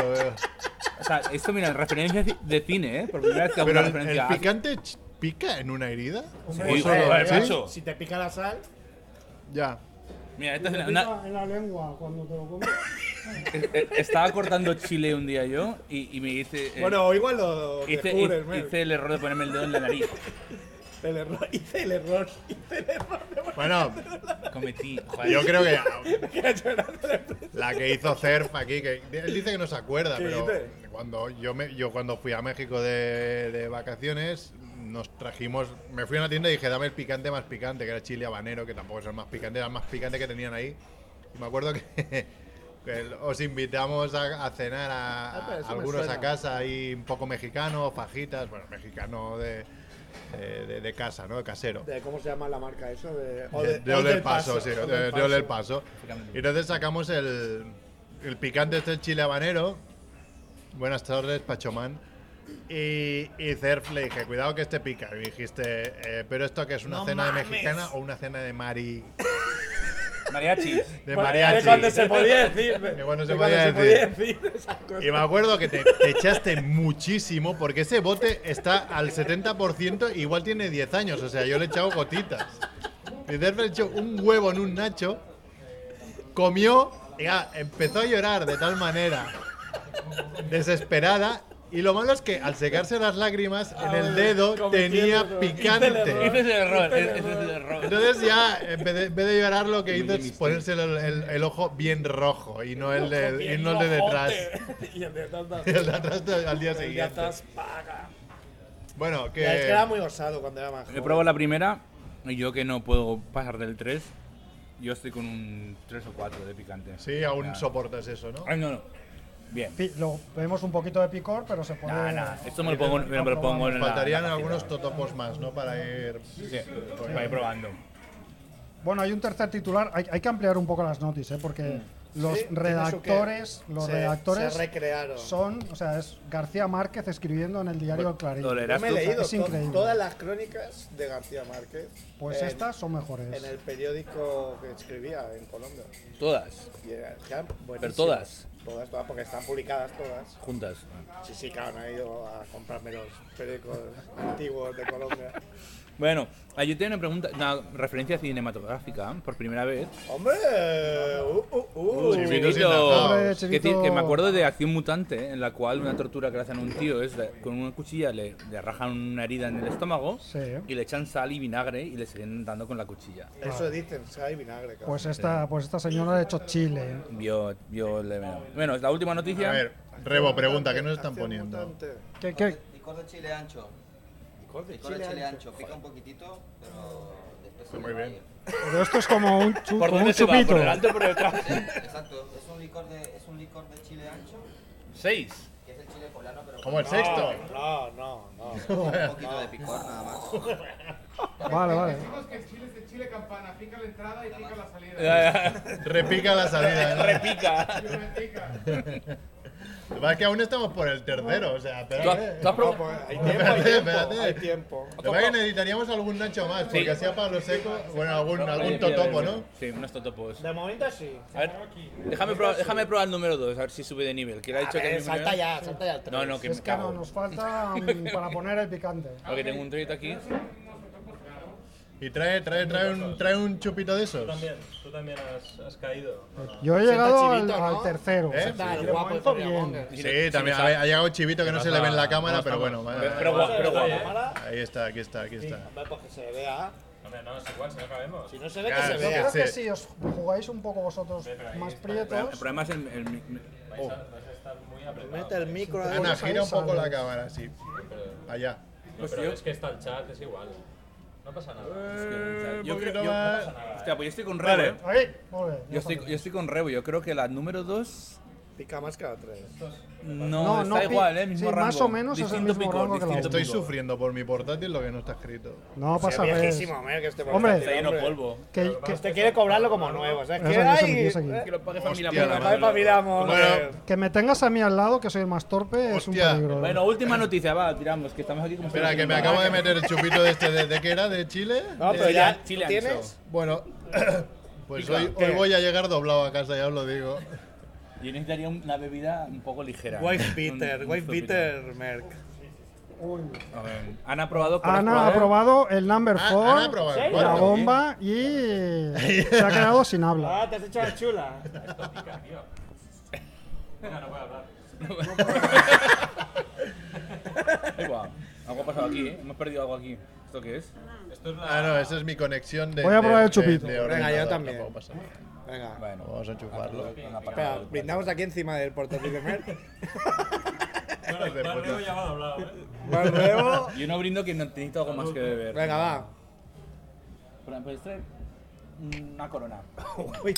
S4: O sea, esto mira, referencia de cine, ¿eh? Por primera vez que hago
S5: Pero
S4: una
S5: el, el
S4: referencia. a-
S5: picante ch- pica en una herida.
S4: Sí,
S5: ¿O
S4: sí,
S5: solo-
S4: joder,
S5: sí? eh,
S4: macho.
S6: Si te pica la sal,
S5: Ya.
S4: Mira, esta es
S3: Te
S4: una,
S3: pica en la lengua cuando te lo comes.
S4: Eh, eh, Estaba cortando chile un día yo y, y me hice. eh,
S6: bueno, o igual lo
S4: hice,
S6: descubres,
S4: hice-
S6: Mel.
S4: hice el error de ponerme el dedo en la nariz.
S6: El error, hice el error, hice el error.
S5: Bueno,
S4: Cometí. Joder.
S5: yo creo que
S6: Mira, llorando de prisa.
S5: la que hizo Cerf aquí, que él dice que no se acuerda,
S6: ¿Qué
S5: pero
S6: dice?
S5: cuando yo me, yo cuando fui a México de, de vacaciones, nos trajimos, me fui a una tienda y dije, dame el picante más picante, que era chile habanero, que tampoco es el más picante, era el más picante que tenían ahí. Y me acuerdo que, que os invitamos a, a cenar a,
S6: Ah, pero eso me
S5: algunos a
S6: suena.
S5: casa ahí un poco mexicano, fajitas, bueno, mexicano de, de, de- de casa, ¿no? De casero.
S6: De- ¿Cómo se llama la marca eso? De, o
S5: De,
S6: de-
S5: de
S6: o
S5: Ole
S6: del
S5: el Paso, sí,
S6: o
S5: de,
S6: del
S5: de Ole el Paso.
S4: Efectivamente.
S5: Y entonces sacamos el, el picante este chile habanero. Buenas tardes, Pachomán. Y, y Cerf le dije, cuidado que este pica. Y dijiste, "Eh, pero esto que es una
S6: No
S5: cena de
S6: mames.
S5: mexicana o una cena de mari.
S4: Mariachi.
S5: De
S6: De cuando
S5: mariachi.
S6: se podía decir. De
S5: cuando se
S6: de
S5: podía
S6: podía
S5: decir.
S6: decir esas cosas.
S5: Y me acuerdo que te, te echaste muchísimo porque ese bote está al 70%, igual tiene 10 años, o sea, yo le he echado gotitas. Y Derfer echó un huevo en un nacho, comió, y ya, empezó a llorar de tal manera, desesperada. Y lo malo es que al secarse las lágrimas, en el dedo tenía
S4: Ese
S5: picante.
S4: es el error. Ese Este es el error.
S5: Entonces ya, en vez de, en vez de llorar, lo que hizo es ponerse el, el- el ojo bien rojo y no el de, y no el de detrás.
S6: Y el de tantas-
S5: El de atrás te- al día
S6: el de
S5: siguiente.
S6: atrás paga.
S5: Bueno,
S6: Ya, es que era
S5: que.
S6: muy osado cuando era más
S4: Me
S6: joven.
S4: pruebo la primera. y Yo que no puedo pasar del 3. Yo estoy con un 3 o 4 de picante.
S5: Sí, aún
S4: Ya.
S5: soportas eso, ¿no?
S4: Ay, no, no. Bien.
S3: Pi- Lo vemos un poquito de picor, pero se puede.
S4: Nah, nah, Esto me lo pongo, me lo pongo en la.
S5: Faltarían
S4: la cajita.
S5: algunos totopos más, ¿no? Para ir.
S4: Sí, para ir probando.
S3: Bueno, hay un tercer titular. Hay, hay que ampliar un poco las noticias, ¿eh? porque
S4: Mm.
S3: los
S6: Sí, tiene su que-
S3: redactores, los
S6: se-
S3: redactores
S6: se recrearon.
S3: son, o sea, es García Márquez escribiendo en el diario El Clarín.
S4: Lo
S6: Yo
S4: leerás
S6: me he
S4: tú.
S6: leído
S3: Es
S6: to-
S3: increíble.
S6: todas las crónicas de García Márquez.
S3: Pues
S6: en-
S3: estas son mejores.
S6: En el periódico que escribía en Colombia.
S4: Todas.
S6: Y era- eran buenísimas.
S4: Pero todas.
S6: Todas, todas, porque están publicadas todas.
S4: Juntas.
S6: Sí, sí, claro, no he ido a comprarme los periódicos antiguos de Colombia.
S4: Bueno, ah, yo tengo una pregunta, una referencia cinematográfica por primera vez.
S6: ¡Hombre! ¡Uh, uh, uh!
S5: Sí,
S4: Chivitos
S5: sin ajaos.
S4: Pues, Que
S3: Hombre,
S4: decir, que
S3: chivito.
S4: me acuerdo de Acción Mutante, en la cual una tortura que le hacen a un tío es de- con una cuchilla le, le rajan una herida en el estómago
S3: Sí.
S4: y le echan sal y vinagre y le siguen dando con la cuchilla.
S6: Eso dicen, sal y vinagre, cabrón.
S3: Pues esta, pues esta señora ha hecho Chile.
S4: Vio, vio el evento. Bueno, es la última noticia.
S5: A ver, Rebo, pregunta, ¿qué nos están
S6: Acción
S5: poniendo?
S6: mutante.
S3: ¿Qué, qué?
S8: Licor de chile ancho.
S6: Licor de
S8: Licor de
S6: chile
S8: chile
S6: ancho.
S8: ancho. Pica un poquitito, pero después se
S5: Muy
S8: va
S5: bien.
S3: Pero esto es como un, chu-
S4: ¿Por
S3: como
S4: dónde
S3: un
S4: se va?
S3: chupito.
S4: ¿Por delante o por detrás?
S8: Sí, exacto. Es un licor de, es un licor de chile ancho,
S4: Seis.
S8: que es el chile poblano, pero
S5: Como el sexto.
S6: No, no, no.
S8: con un poquito de picor nada más.
S3: Vale, vale.
S5: Repica la salida. ¿no?
S4: Repica.
S5: Lo que pasa es que aún estamos por el tercero, o sea,
S4: ¿Tú has-
S5: espérate.
S4: tú has
S6: No,
S4: probado-
S6: pues hay tiempo, hay
S5: Espérate,
S6: tiempo,
S5: espérate.
S6: hay tiempo.
S5: Lo que pasa es que necesitaríamos algún nacho más, porque así a Pablo Seco, bueno, algún, algún totopo, ¿no?
S4: Sí, unos totopos.
S6: De momento sí.
S4: A ver, déjame probar, déjame probar el número 2, a ver si sube de nivel. Que le ha dicho que es mi
S6: salta
S4: nivel.
S6: ya, salta ya el tren.
S4: No, no, que
S3: Es
S4: me
S3: que no,
S4: cago.
S3: nos falta mm, para poner el picante.
S4: Porque tengo un trayecto aquí.
S5: Y trae, trae, trae un, trae un chupito de esos.
S9: también, tú también has, has caído.
S3: Yo he llegado al,
S6: chivito,
S3: al
S6: ¿no?
S3: tercero.
S5: ¿Eh?
S6: Está el
S3: De
S6: guapo de
S3: momento,
S6: Ferry
S3: bien.
S6: Monger.
S4: Si
S5: Sí,
S4: me-
S5: también
S4: si
S5: ha,
S4: me
S5: ha llegado chivito que no se le ve en la cámara, pero bueno.
S4: Pero,
S5: va-
S4: pero guau, pero guau.
S5: Ahí está, aquí está, aquí está.
S6: Hombre, pues que se vea.
S9: Hombre, no, es igual, si no cabemos.
S6: Si no se ve,
S5: Claro,
S6: que
S5: sí.
S6: se
S3: Yo
S6: vea.
S3: creo que
S5: Sí.
S3: si os jugáis un poco vosotros más
S4: El
S3: prietos,
S4: problema es el. el mi- mi- oh,
S9: Vas a estar muy apretado.
S6: Mete el micro ahí.
S5: Ana, gira un poco
S3: sales.
S5: la cámara, sí. Allá.
S9: No, pero es que está el chat, es igual. No pasa
S3: Eh,
S9: nada.
S4: pues es que, o sea,
S5: Un
S4: yo
S5: poquito
S4: creo. yo-
S5: más.
S4: Hostia, pues yo estoy con Rebo, eh.
S3: ahí, muy bien, ya
S4: Yo estoy,
S3: está.
S4: yo estoy con Rebo. Yo creo que la número 2.
S6: Pica más que la 3.
S4: No,
S3: No, no
S4: está
S3: pi-
S4: igual, ¿eh? Mismo
S3: sí,
S4: rango.
S3: más o menos es el
S4: Distinto
S3: mismo rango que la
S4: distinto
S5: Estoy
S4: picor.
S5: sufriendo por mi portátil lo que no está escrito.
S3: No pasa
S6: es
S3: nada.
S6: viejísimo, hombre, que este
S3: Hombre.
S6: portátil,
S4: Está lleno de polvo.
S3: Que, que-
S6: Usted quiere cobrarlo como nuevo, ¿sabes?
S3: No,
S6: Que
S3: eso- eso me
S6: hay-
S3: quieres aquí.
S4: Que lo pague familia
S5: Hostia, la
S4: Monger.
S5: madre.
S6: Ay, familia Monger.
S5: Bueno.
S3: que me tengas a mí al lado, que soy el más torpe, es un
S5: Hostia.
S3: peligro. ¿eh?
S4: Bueno, última noticia, va, tiramos, que estamos aquí como.
S5: Espera, que me acabo de meter el chupito de este, ¿de, de qué era? ¿De Chile?
S6: No, pero
S4: Chile-
S6: ya
S4: Chile
S6: tienes.
S5: Bueno, pues hoy, hoy voy a llegar doblado a casa, ya os lo digo.
S4: Yo necesitaría una bebida un poco ligera.
S6: Wife
S4: Un-
S6: Peter,
S4: un
S6: Wife
S4: sopito.
S6: Peter Merck.
S3: Uy.
S4: A ver, Han aprobado. con
S3: Ana ha
S4: los jugadores.
S3: probado el number
S5: Ah,
S3: 4,
S5: Ana ha probado el
S3: la
S5: cuarto.
S3: bomba y se ha quedado sin habla.
S6: te has hecho la chula.
S4: Ay, guau. Algo ha pasado aquí, ¿eh? Hemos perdido algo aquí. ¿Esto qué es?
S5: Ah, no, esa es mi conexión de.
S3: Voy a probar
S5: de-
S3: el chupito.
S5: de- de
S6: Venga, yo
S5: ordenador,
S6: también.
S5: tampoco pasa nada.
S6: Venga.
S4: Bueno,
S5: Vamos a chuparlo.
S6: Espera, brindamos aquí encima del ¿eh? portátil de Merck. Más nuevo.
S4: Yo no brindo que no necesito algo más que beber.
S6: Venga, va.
S4: Pero, pues, trae Una corona.
S6: Uy.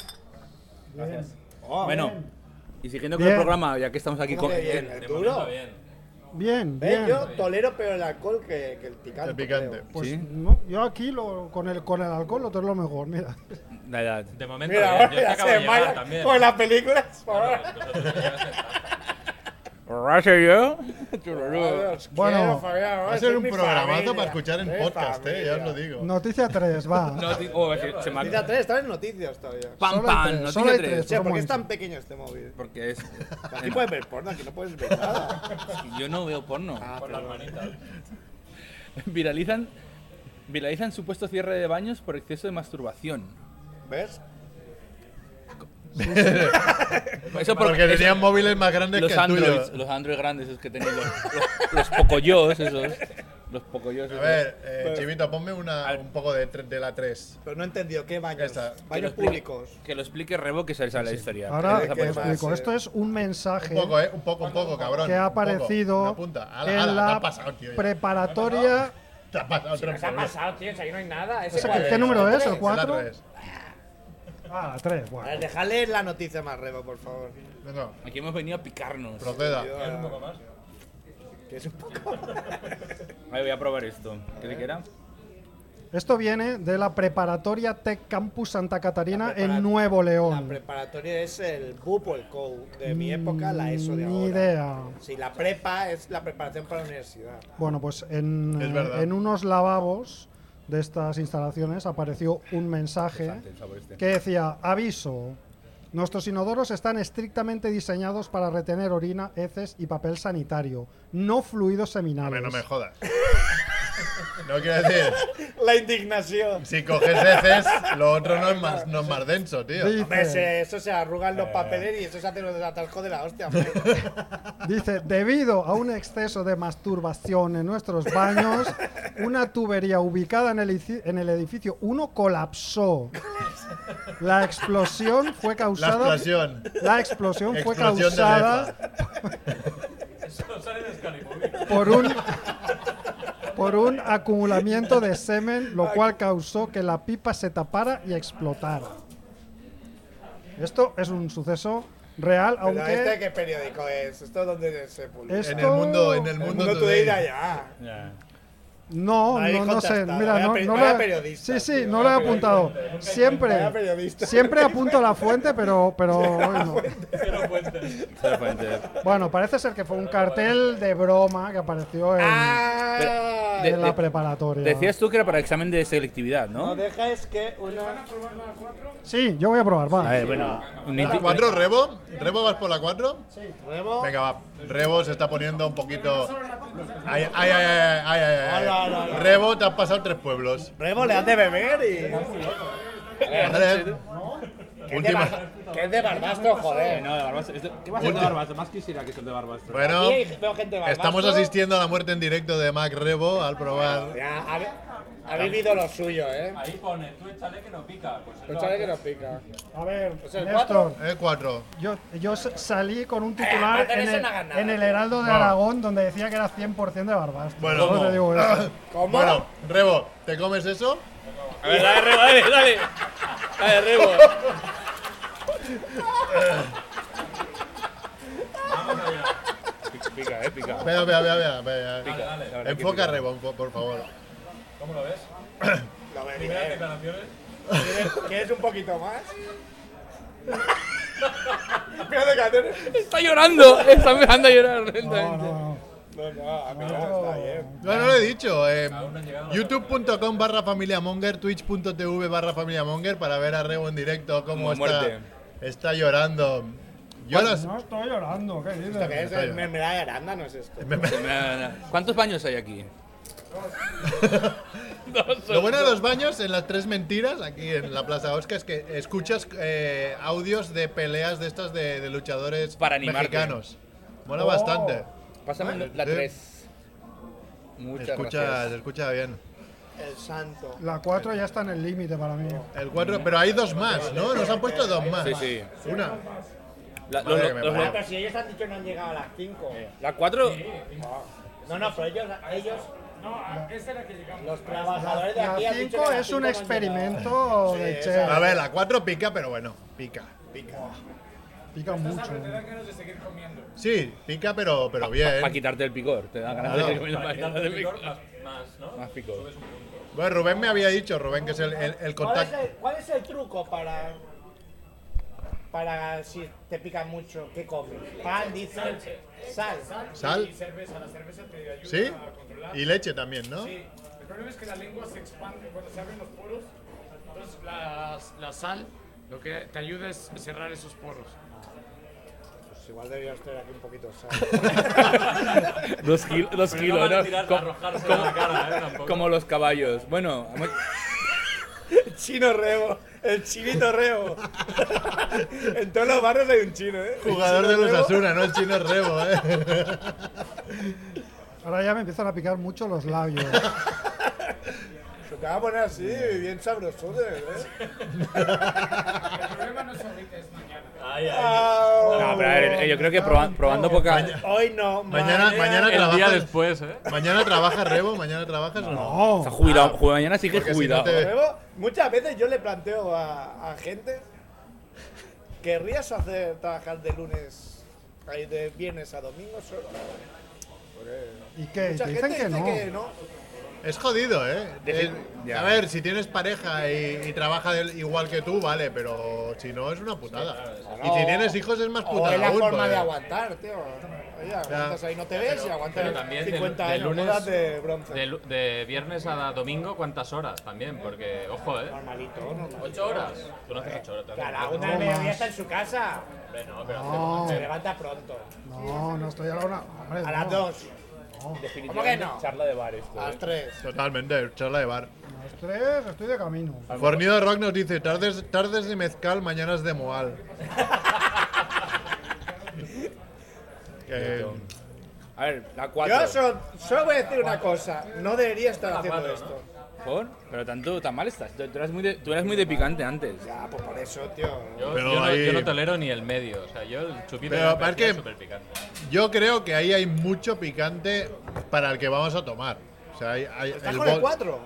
S6: Oh,
S4: Ah, Bueno, y siguiendo con
S3: Bien.
S4: el programa, ya que estamos aquí
S6: ¿cómo
S4: con.
S6: que bien? ¿Es duro?
S3: Bien,
S6: Eh,
S3: bien.
S6: yo tolero peor el alcohol que, que el picante.
S5: El picante.
S6: creo.
S3: Pues
S4: Sí.
S3: no, yo aquí lo, con, el, con el alcohol lo tengo lo mejor, mira.
S4: La edad.
S9: De momento,
S6: Mira,
S9: bien, yo te
S6: ahora
S9: acabo
S6: se
S9: de llegar
S6: desmaya
S9: también.
S6: con las películas. ahora.
S9: Nosotros te llevas el-
S4: ¿Borracho yo?
S3: Bueno,
S5: Va a ser un programazo para escuchar en podcast, eh, ya os lo digo.
S3: Noticia 3, va.
S4: No, ti- oh, se, se
S6: Noticia
S4: mata.
S6: 3, traes noticias todavía.
S4: Pam,
S3: Solo hay
S4: pam,
S3: tres,
S4: no
S3: solo
S4: tiene
S3: hay
S4: tres.
S6: O sea,
S3: Por un
S6: ¿por qué es tan
S3: momento.
S6: pequeño este móvil?
S4: Porque es.
S6: Aquí puedes ver porno, aquí no puedes ver nada.
S4: Yo no veo porno.
S6: Ah, pero-
S4: Viralizan, viralizan supuesto cierre de baños por exceso de masturbación.
S6: ¿Ves?
S4: Eso por-
S5: Porque
S4: eso-
S5: tenían móviles más grandes
S4: los
S5: que el tuyo.
S4: androids, los androids grandes, esos que tenían los, los, los pocoyos, esos. Los pocoyos.
S5: A
S4: esos.
S5: ver, eh, Chivito, ponme una, un poco de, tre- de la 3.
S6: Pero no he entendido qué baños.
S5: Esa.
S4: Que lo
S6: Baños
S4: explique-
S6: públicos.
S4: Que lo explique Rebo que se le sale la historia.
S3: Ahora
S4: Que deja
S3: te
S4: por eso.
S6: va a
S3: explico.
S6: ser-
S3: Esto es un mensaje
S5: Un poco, eh, un poco, un poco, cabrón.
S3: que
S5: un
S3: ha
S5: poco.
S3: aparecido
S5: Una punta. Ala, ala,
S3: en
S5: te
S3: la
S5: has pasado, tío. ya.
S3: preparatoria.
S5: Te has pasado, otro
S7: Nos ha pasado, tío, si aquí no hay nada. Ese
S3: O sea,
S7: cuadro-
S3: ¿qué- ¿Qué número es? ¿El
S5: Es la
S3: 4?
S5: 3.
S3: Ah, 3,
S6: A
S3: bueno.
S6: ver, dejadle la noticia más, Rebo, por favor.
S5: Venga,
S4: Aquí hemos venido a picarnos.
S5: proceda.
S6: Ah. un poco más? ¿Quieres un poco?
S4: Ahí voy a probar esto. ¿Qué te quiera?
S3: Esto viene de la preparatoria Tech Campus Santa Catarina
S6: La prepara-
S3: en Nuevo
S6: La
S3: León.
S6: preparatoria es el BUP o el COU. De
S5: Mm,
S6: mi época, la ESO de ahora.
S3: Ni idea.
S6: Sí, la prepa es la preparación para la universidad.
S3: Bueno, pues en,
S5: Es
S3: eh,
S5: verdad.
S3: en unos lavabos de estas instalaciones apareció un mensaje
S4: El sabor este.
S3: que decía, aviso, nuestros inodoros están estrictamente diseñados para retener orina, heces y papel sanitario, no fluidos
S5: A
S3: seminales.
S5: ver, no me jodas. No quiero decir,
S6: La indignación.
S5: si coges heces, lo otro no es más, no es más denso, tío.
S3: Dice-
S6: Hombre, se- Pues, eh, eso se arrugan los papeles y eso se hace los atasco de la hostia. hombre.
S3: Dice, debido a un exceso de masturbación en nuestros baños, una tubería ubicada en el, ici- en el edificio 1 colapsó. La explosión fue
S5: La
S3: causada...
S5: explosión.
S3: La explosión fue
S5: Explosión de
S3: causada
S9: Eso sale de Scalimovie.
S3: por un, por un acumulamiento de semen, lo cual causó que la pipa se tapara y explotara. Esto es un suceso real,
S6: Pero este
S3: aunque
S6: qué periódico es, esto donde se publica.
S3: Es-
S5: En el mundo, en el
S6: el
S5: mundo,
S6: mundo today de allá.
S4: Ya.
S3: no,
S6: Nadie
S3: no, no sé.
S6: contestaba,
S3: Mira,
S6: vaya
S3: no,
S6: peri-
S3: no
S6: vaya
S3: lo he,
S6: periodista,
S3: sí, sí,
S6: tío,
S3: no lo he
S6: vaya
S3: apuntado.
S6: Vaya
S3: Siempre,
S6: periodista.
S3: siempre apunto la fuente, pero, pero hoy no.
S9: Cero puentes.
S4: Exactamente.
S3: bueno, parece ser que fue un cartel de broma que apareció en,
S6: Ah,
S4: Pero-
S3: en
S4: de-
S3: la preparatoria.
S4: Decías tú que era para examen de selectividad, ¿no?
S6: no deja es que una
S3: Sí, yo voy a probar, va.
S4: A ver, bueno. un
S5: ¿La
S4: inti-
S5: 4, Rebo? ¿Rebo vas por la 4?
S6: Rebo.
S5: Venga, va. Rebo se está poniendo un poquito. Ay, ay, ay, ay, ay, ay,
S6: No,
S5: ay,
S6: no, no,
S5: ay.
S6: no.
S5: Rebo, te has pasado tres pueblos.
S6: Rebo le han de beber y
S4: Eh,
S5: Vale. Última.
S6: que es de barbasto, joder.
S4: No, de Barbastro. Este- ¿Qué va a ser de Barbastro? Más quisiera que sea el de Barbastro.
S5: Bueno,
S6: Aquí hay- veo gente de Barbastro.
S5: estamos asistiendo a la muerte en directo de Mac Rebo al probar.
S6: Ya, ha, ha vivido lo suyo, eh.
S9: Ahí pone, tú échale que no pica. Pues es lo-
S6: Échale que no pica.
S3: A ver,
S6: O sea, Pues el
S3: Néstor,
S5: Eh, 4.
S3: yo, yo s- salí con un titular
S6: Eh,
S3: en
S6: eso
S3: el,
S6: no hagas nada,
S3: en el
S6: tío.
S3: Heraldo de Aragón donde decía que era 100% de Barbastro.
S5: Bueno,
S3: Solo
S5: ¿cómo?
S3: te digo eso.
S6: ¿Cómo?
S5: Bueno, Rebo, ¿te comes eso?
S4: A ver, dale, Rebo, dale, dale. Dale, Rebo. Pica, Pica, eh, pica.
S5: Vea, vea, vea, vea. vea.
S4: Pica. La verdad que
S5: Enfoca a
S4: pica.
S5: Rebo, enfo- por favor.
S9: ¿Cómo lo ves?
S6: Lo bebí,
S9: Primeras
S6: eh.
S9: declaraciones.
S6: ¿Quieres, quieres un poquito más? Fíjate que hacer.
S4: Está llorando, está empezando a llorar.
S3: No, no, no.
S6: No, no, a mí no, está bien.
S5: No, no lo he dicho. eh, YouTube.com barra familia Monger, Twitch.tv barra familia Monger para ver a Rebo en directo cómo
S4: Como
S5: está,
S4: muerte.
S5: está llorando. Lloras.
S3: No estoy llorando, ¿qué dices?
S6: ¿Qué es el mermelada de arándano? ¿Es esto?
S4: ¿Cuántos baños hay aquí?
S5: Lo bueno de los baños en las tres mentiras, aquí en la Plaza Osca, es que escuchas eh, audios de peleas de estas de, de luchadores
S4: Para animarte.
S5: mexicanos. Mola bastante.
S4: Pásame la
S5: Sí.
S4: 3. Muchas
S5: Escucha, se
S4: gracias.
S5: escucha bien.
S6: El santo.
S3: La 4 ya está en el límite para mí.
S5: El cuatro, pero hay dos más, ¿no? Nos han puesto dos más.
S4: Sí, sí.
S5: Una.
S4: La,
S5: Madre que me parió.
S6: Ah, Pero si ellos han dicho que no han llegado a las 5.
S4: 4.
S6: No, no, pero ellos. ellos no, esa es la que llegamos. Los trabajadores de
S3: La
S6: aquí. han dicho
S3: 5
S6: que a las
S3: es un
S6: cinco no han llegado.
S3: experimento de
S6: Sí,
S3: Che.
S5: A ver, la cuatro pica, pero bueno, pica.
S3: Pica mucho.
S5: Sí, pica, pero, pero
S4: Para
S5: bien.
S4: quitarte el picor. Te da ganas
S5: Claro.
S4: de comer
S9: Para quitarte el picor,
S4: más.
S9: más, más, ¿no?
S4: Más picor.
S5: Bueno, Rubén me había dicho, Rubén, que es el, el, el
S6: ¿Cuál es
S5: contacto.
S6: el, cuál es el truco para.? para si te pica mucho, ¿qué comes? Pan, dicen, sal.
S5: Sal.
S10: Y cerveza, la cerveza te ayuda
S5: ¿Sí?
S10: a controlar.
S5: Y leche también, ¿no?
S10: Sí. El problema es que la lengua se expande cuando se abren los poros. Entonces la, la sal lo que te ayuda es cerrar esos poros.
S6: Pues igual deberías tener aquí un poquito de sal.
S4: Dos, kil- dos
S9: Pero no
S4: kilos,
S9: van a
S4: ¿no?
S9: tirar-
S4: Co-
S9: arrojarse
S4: como-
S9: en la cara, ¿eh? Tampoco.
S4: Como los caballos. Bueno, mu-
S6: chino reo, el chinito reo. en todos los barrios hay un chino, ¿eh? El
S5: Jugador de
S6: chino
S5: los
S6: reo.
S5: Asuna, ¿no? El chino es rebo, ¿eh?
S3: Ahora ya me empiezan a picar mucho los labios.
S6: Se te va a poner así, bien sabrosote, ¿eh?
S10: El problema no es ahorita, es mañana.
S9: Ay, ay.
S6: Ah,
S4: no, pero a ver, eh, yo creo que proba- probando poca.
S6: Hoy no,
S5: Mañana, mañana
S9: El día
S5: trabajas.
S9: después, ¿eh?
S5: Mañana trabajas rebo, mañana trabajas o no.
S4: Está jubilado. ju- Mañana sí que
S5: Porque si
S4: es
S5: no
S4: jubilado.
S5: te-
S9: ¿eh?
S6: Luego, muchas veces yo le planteo a, a gente, ¿querrías hacer trabajar de lunes, ay, de viernes a domingo solo?
S3: ¿Y qué?
S6: Mucha
S3: Te
S6: gente
S3: dicen que
S6: dice
S3: no.
S6: que no.
S5: Es jodido, ¿eh?
S4: Decir-
S5: El-
S4: ya.
S5: a ver, si tienes pareja y, y trabaja del- igual que tú, vale, pero si no, es una putada. Y si tienes hijos, es más
S6: O
S5: putada
S6: es la
S5: aún,
S6: forma de
S5: porque-
S6: aguantar, tío. Oye, aguantas ahí, no te ves y aguantas
S9: Pero también de,
S6: 50
S9: de
S6: años
S9: lunes,
S6: bodas de bronce.
S9: de, lu- de viernes a domingo, ¿cuántas horas también? Porque, ojo, ¿eh?
S6: Normalito, normalito.
S9: ¿Ocho horas? Tú no haces ocho horas también.
S6: A la una del mediodía está en su casa.
S9: Hombre, no, pero
S3: No,
S6: Se levanta pronto.
S3: no, no estoy a la una. hombre,
S6: A las
S3: no.
S6: dos, ¿Cómo que no?
S4: Charla de bar esto.
S6: a las tres.
S5: Totalmente, charla de bar.
S3: A las tres estoy de camino.
S5: Fornido Rock nos dice, tardes, tardes de mezcal, mañanas de moal. Que-
S6: Ah.
S4: A ver, la
S6: Yo
S4: 4.
S6: solo, solo voy a decir una cosa. No debería estar haciendo esto.
S4: ¿Por? Pero tanto tan mal estás. Tú tú eras muy de, tú eras muy de picante antes.
S6: Ya, pues por eso, tío.
S9: Yo,
S5: Pero
S9: yo no,
S5: ahí-
S9: yo no tolero ni el medio, o sea, yo el chupito
S5: Pero,
S9: me
S5: ¿para
S9: parecía
S5: qué?
S9: súper picante.
S5: yo creo que ahí hay mucho picante para el que vamos a tomar. O sea, hay, hay-
S6: ¿Estás
S5: el
S6: con el
S5: bol-
S6: 4?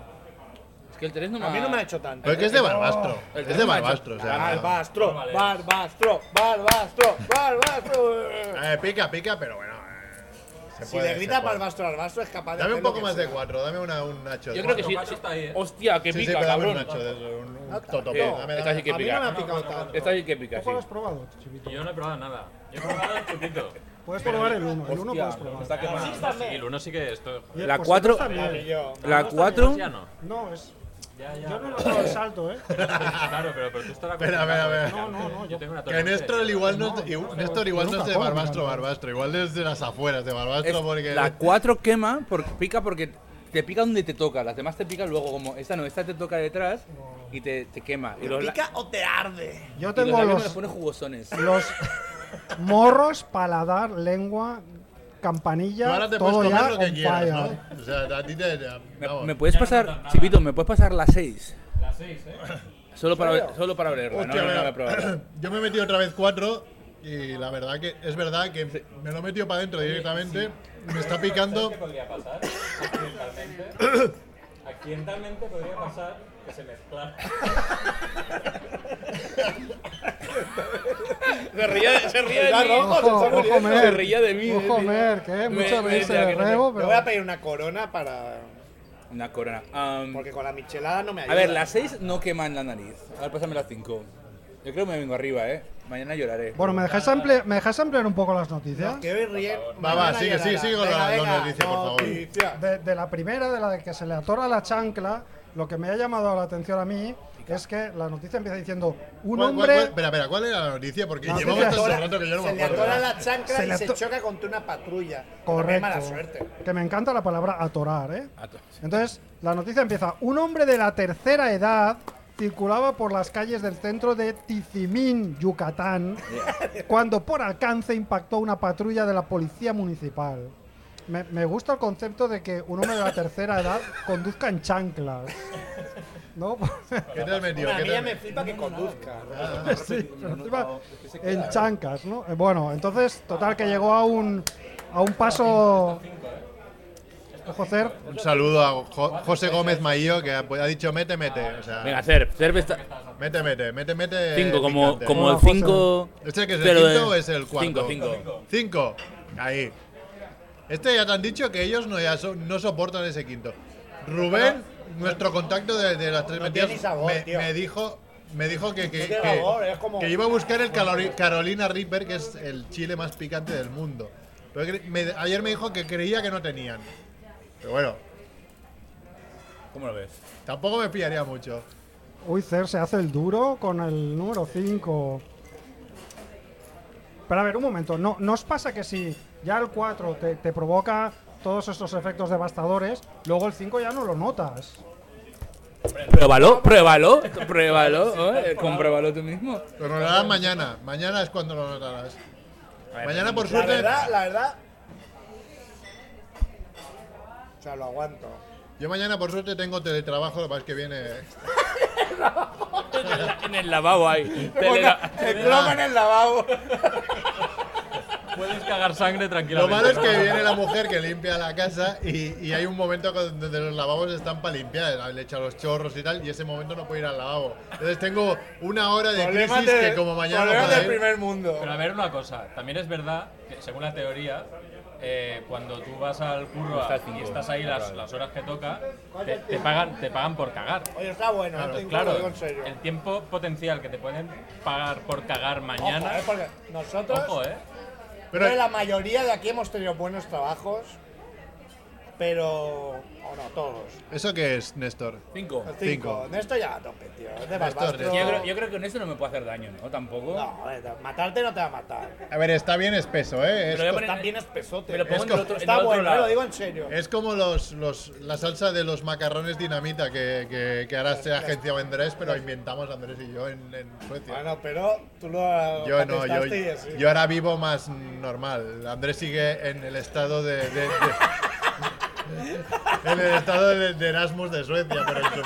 S4: Es que el 3 no me
S6: A mí no me ha
S4: ha.
S6: hecho tanto.
S5: Pero es que es de Barbastro.
S4: El
S5: Es de
S4: tema-
S5: Barbastro, o
S6: Ah,
S5: sea.
S6: Barbastro, barbastro, barbastro, barbastro.
S5: eh, pica, pica, pero bueno. eh, se
S6: Si
S5: puede,
S6: le
S5: se
S6: grita
S5: puede.
S6: barbastro, barbastro es capaz de.
S5: Dame un
S6: hacer lo
S5: poco
S6: que
S5: más de
S6: sea.
S5: cuatro, dame una, un Nacho. de
S4: Yo creo que
S5: cuatro.
S4: sí.
S9: Cuatro está ahí, ¿eh?
S4: Hostia, que
S5: Sí, sí,
S4: pica,
S5: pero dame un
S4: cabrón.
S5: Nacho de esos, un, un
S6: Ah,
S5: totopón.
S4: Eh,
S5: Dame,
S4: esta sí
S5: dame.
S4: que
S6: A mí no me ha
S4: pica.
S6: picado tanto.
S4: Esta sí que pica,
S3: ¿Tú
S4: sí.
S3: cuál has probado, chivito?
S9: Yo no he probado nada. Yo he probado el chupito.
S3: Puedes probar el uno. El uno
S4: Hostia,
S3: puedes
S4: me
S3: probar.
S4: está quemando.
S9: Sí, el uno sí que esto.
S3: Y el
S4: La
S3: postre
S4: cuatro-
S3: está bien.
S6: Yo.
S4: La 4.
S9: Ya no.
S3: No, es.
S9: Ya, ya.
S3: Yo no he notado el salto, ¿eh?
S9: Claro, pero, pero tú estás
S5: Espera, espera,
S9: acostumbrado,
S5: espera.
S9: ¿eh?
S3: No, no, no,
S9: Yo tengo una
S5: Que
S9: tolerancia.
S5: Néstor igual no, es de- igu- Néstor igual no es de
S3: Nunca come,
S5: Barbastro,
S3: cabrón.
S5: Barbastro. Igual es de las afueras de Barbastro
S4: Es-
S5: porque...
S4: La 4 quema, porque, pica porque te pica donde te toca, las demás te pica luego, como esta no, esta te toca detrás y te, te quema. Y los, la-
S6: ¿Pica o te arde?
S3: Yo
S4: y los
S3: tengo
S4: labios me los
S3: los,
S4: pone jugosones.
S3: los morros, paladar, lengua,
S5: Tú
S3: campanilla,
S5: ahora te puedes
S3: todo
S5: comer
S3: ya
S5: lo
S3: on
S5: que quieras,
S3: fire.
S5: ¿no? O sea, a ti te... ah,
S4: ¿Me,
S5: vamos.
S4: me puedes pasar, Chipito, me puedes pasar las 6? Las 6, ¿eh? Solo para, ver- solo para olerla,
S5: Hostia,
S4: no, no, no,
S5: mira,
S4: la he probado.
S5: yo me he metido otra vez cuatro y la verdad que es verdad que me lo he metido para adentro directamente. Me está picando.
S9: ¿Qué podría pasar? Accidentalmente. Accidentalmente podría pasar que se mezclara.
S4: Se ría, se ría
S6: Está
S4: de mí.
S6: rojo,
S3: Ojo,
S6: se está
S3: ojo,
S6: muriendo.
S4: Se
S3: Mer.
S4: reía de mí. eh,
S3: Ojo,
S4: tío.
S3: Mer, que
S4: Me-
S3: muchas
S4: me
S3: veces
S4: decía
S3: de
S4: que no te-
S3: rebo,
S6: Me
S3: pero.
S6: voy a pedir una corona para.
S4: Una corona. Am,
S6: Porque con la michelada no me ayuda.
S4: a ver, las 6 no queman la nariz. A ver, pásame las 5. Yo creo que me vengo arriba, ¿eh? Mañana lloraré.
S3: Bueno, ¿me dejáis, ampliar, ¿me dejáis ampliar un poco las noticias?
S6: Que hoy ríe.
S5: Va, va, sigue,
S6: Mañana
S5: sigue, sigue con
S6: llorará.
S5: la-
S6: Venga,
S5: la
S6: venga,
S5: noticia, por favor.
S6: noticia.
S3: De, de la primera, de la de que se le atora la chancla, lo que me ha llamado la atención a mí es que la noticia empieza diciendo:
S5: ¿Cuál-
S3: un
S5: cuál- cuál-
S3: hombre.
S5: espera, espera, ¿cuál era la noticia? Porque
S3: Noticia
S5: llevamos tanto
S6: atora-
S5: rato que yo no
S6: se
S5: me
S6: le atora
S5: acuerdo.
S6: la chancla
S3: Se le
S6: y se
S3: ato-
S6: choca contra una patrulla. También
S3: Correcto.
S6: mala suerte.
S3: Que me encanta la palabra atorar, ¿eh?
S4: A Ah, to-
S3: Entonces, la noticia empieza. Un hombre de la tercera edad circulaba por las calles del centro de Tizimín, Yucatán, cuando por alcance impactó una patrulla de la policía municipal. Me, me gusta el concepto de que un hombre de la tercera edad conduzca en chanclas. ¿No?
S5: ¿Qué te has metido?
S6: Bueno, a
S5: ¿Qué te
S6: mí ya
S5: has
S6: me
S5: metido?
S6: flipa que conduzca.
S3: Sí, pero encima en chancas, ¿no? Eh, Bueno, entonces, total, que llegó a un, a un paso... Ojo, Cer.
S5: Un saludo a Jo- José Gómez Maillo que ha, ha dicho mete, mete. O sea,
S4: Venga, Cerf. Cerf está...
S5: mete, mete, mete, mete.
S4: 5, como,
S5: picante.
S4: como el
S3: Hola, José.
S4: 5.
S5: ¿Este que es el quinto o es el cuarto?
S4: 5, 5.
S5: 5. Ahí. Este ya te han dicho que ellos no, ya so- no soportan ese quinto. Rubén, nuestro contacto de, de las tres
S6: No
S5: metidas,
S6: tiene ni sabor,
S5: me,
S6: tío.
S5: me dijo me dijo que, que,
S6: Es de
S5: que-
S6: sabor, es como-
S5: que iba a buscar el calori- Carolina Reaper, que es el chile más picante del mundo. Pero cre- me- ayer me dijo que creía que no tenían. Pero bueno,
S4: ¿Cómo lo ves?
S5: tampoco me pillaría mucho.
S3: Uy, Cer se hace el duro con el número 5. Pero a ver, un momento, ¿no, ¿no os pasa que si ya el 4 te, te provoca todos estos efectos devastadores, luego el 5 ya no lo notas?
S4: Pruébalo, pruébalo, pruébalo, ¿eh? compruébalo tú mismo.
S5: Lo notarás mañana. Mañana es cuando lo notarás. Mañana, por
S6: La
S5: suerte.
S6: verdad, la verdad. O sea, lo aguanto.
S5: Yo mañana, por suerte, tengo teletrabajo, lo que pasa es que viene. eh.
S4: En el lavabo ahí.
S6: El globo en el lavabo.
S9: Puedes cagar sangre
S5: Lo
S9: tranquilamente.
S5: malo es que viene la mujer que limpia la casa y, y hay un momento con- donde los lavabos están para limpiar, eh, le echa los chorros y tal, y ese momento no puedo ir al lavabo. Entonces tengo una hora de
S6: Problemas
S5: crisis
S6: de-
S5: que como mañana no
S6: problemas
S5: pueda
S6: del
S5: ir.
S6: primer mundo.
S9: Pero a ver una cosa, también es verdad que según la teoría, eh, cuando tú vas al curro a-
S4: Está cinco,
S9: y estás ahí las,
S4: probable.
S9: las horas que toca, te, te pagan, te pagan por cagar.
S6: Oye, está bueno, ¿eh? Te
S9: Claro,
S6: lo digo en serio.
S9: el tiempo potencial que te pueden pagar por cagar
S6: Ojo,
S9: mañana.
S6: ¿eh? Porque nosotros,
S9: Ojo, eh.
S5: Pero-
S6: pero la mayoría de aquí hemos tenido buenos trabajos, pero. O no, todos.
S5: ¿Eso qué es, Néstor?
S4: Cinco.
S6: Los
S5: Cinco.
S6: Cinco. Néstor ya a tope, tío. Es de
S5: Néstor,
S6: barbastro.
S4: Yo creo, yo creo que en esto no me puede hacer daño, ¿no? Tampoco.
S6: No, a ver, matarte no te va a matar.
S5: A ver, está bien espeso, ¿eh? Es,
S4: Pero voy a
S5: co-
S4: poner-
S6: Está bien espesote.
S4: Me lo
S5: Es
S4: pongo en el
S5: co-
S4: otro, en el
S6: Está
S4: otro
S6: bueno, eh,
S4: lado.
S6: lo digo en serio.
S5: es como los, los- la salsa de los macarrones dinamita que, que, que ahora hace Agencia Andrés, pero inventamos Andrés y yo en, en Suecia.
S6: Bueno, pero tú lo
S5: Yo no, yo,
S6: contestaste y así.
S5: yo ahora vivo más normal. Andrés sigue en el estado de. de- de- en el estado de, de Erasmus de Suecia, pero en su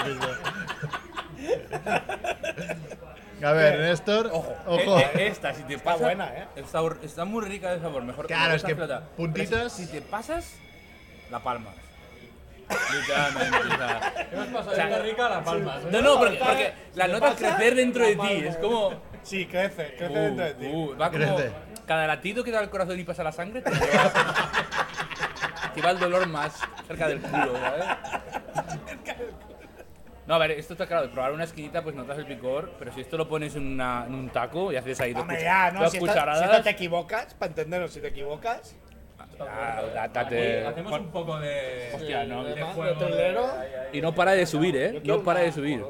S5: piso. A ver, Néstor.
S4: Ojo.
S5: Ojo.
S4: Eh, eh, esta, si te pasa.
S6: buena, ¿eh?
S4: el sabor- está muy rica de sabor. Mejor
S5: Claro, es
S4: mejor esta
S5: que
S4: flota.
S5: puntitas-
S4: Pero Si, si te pasas, la palmas. Literalmente. o sea.
S9: Hemos pasado de Costa Rica a La Palma.
S4: No, no, porque, porque la notas crecer dentro de ti. Es como.
S6: Sí, crece, crece
S4: Uh,
S6: dentro de ti.
S4: uh, va como
S5: Crece.
S4: cada latido que da el corazón y pasa la sangre te lleva, te va el dolor más cerca del culo, ¿sabes? No, a ver, esto está claro, de probar una esquinita pues notas el picor, pero si esto lo pones en, una- en un taco y haces ahí dos,
S6: Hombre,
S4: cuch-
S6: ya, ¿no?
S4: dos
S6: Si, esta-
S4: cucharadas,
S6: si no te equivocas, para entenderlo, si te equivocas.
S4: ah, da-
S9: Aquí
S4: date-
S9: hacemos un poco de.
S4: Hostia, no.
S9: de juego. de-
S4: Y no para de subir, ¿eh? No para de subir.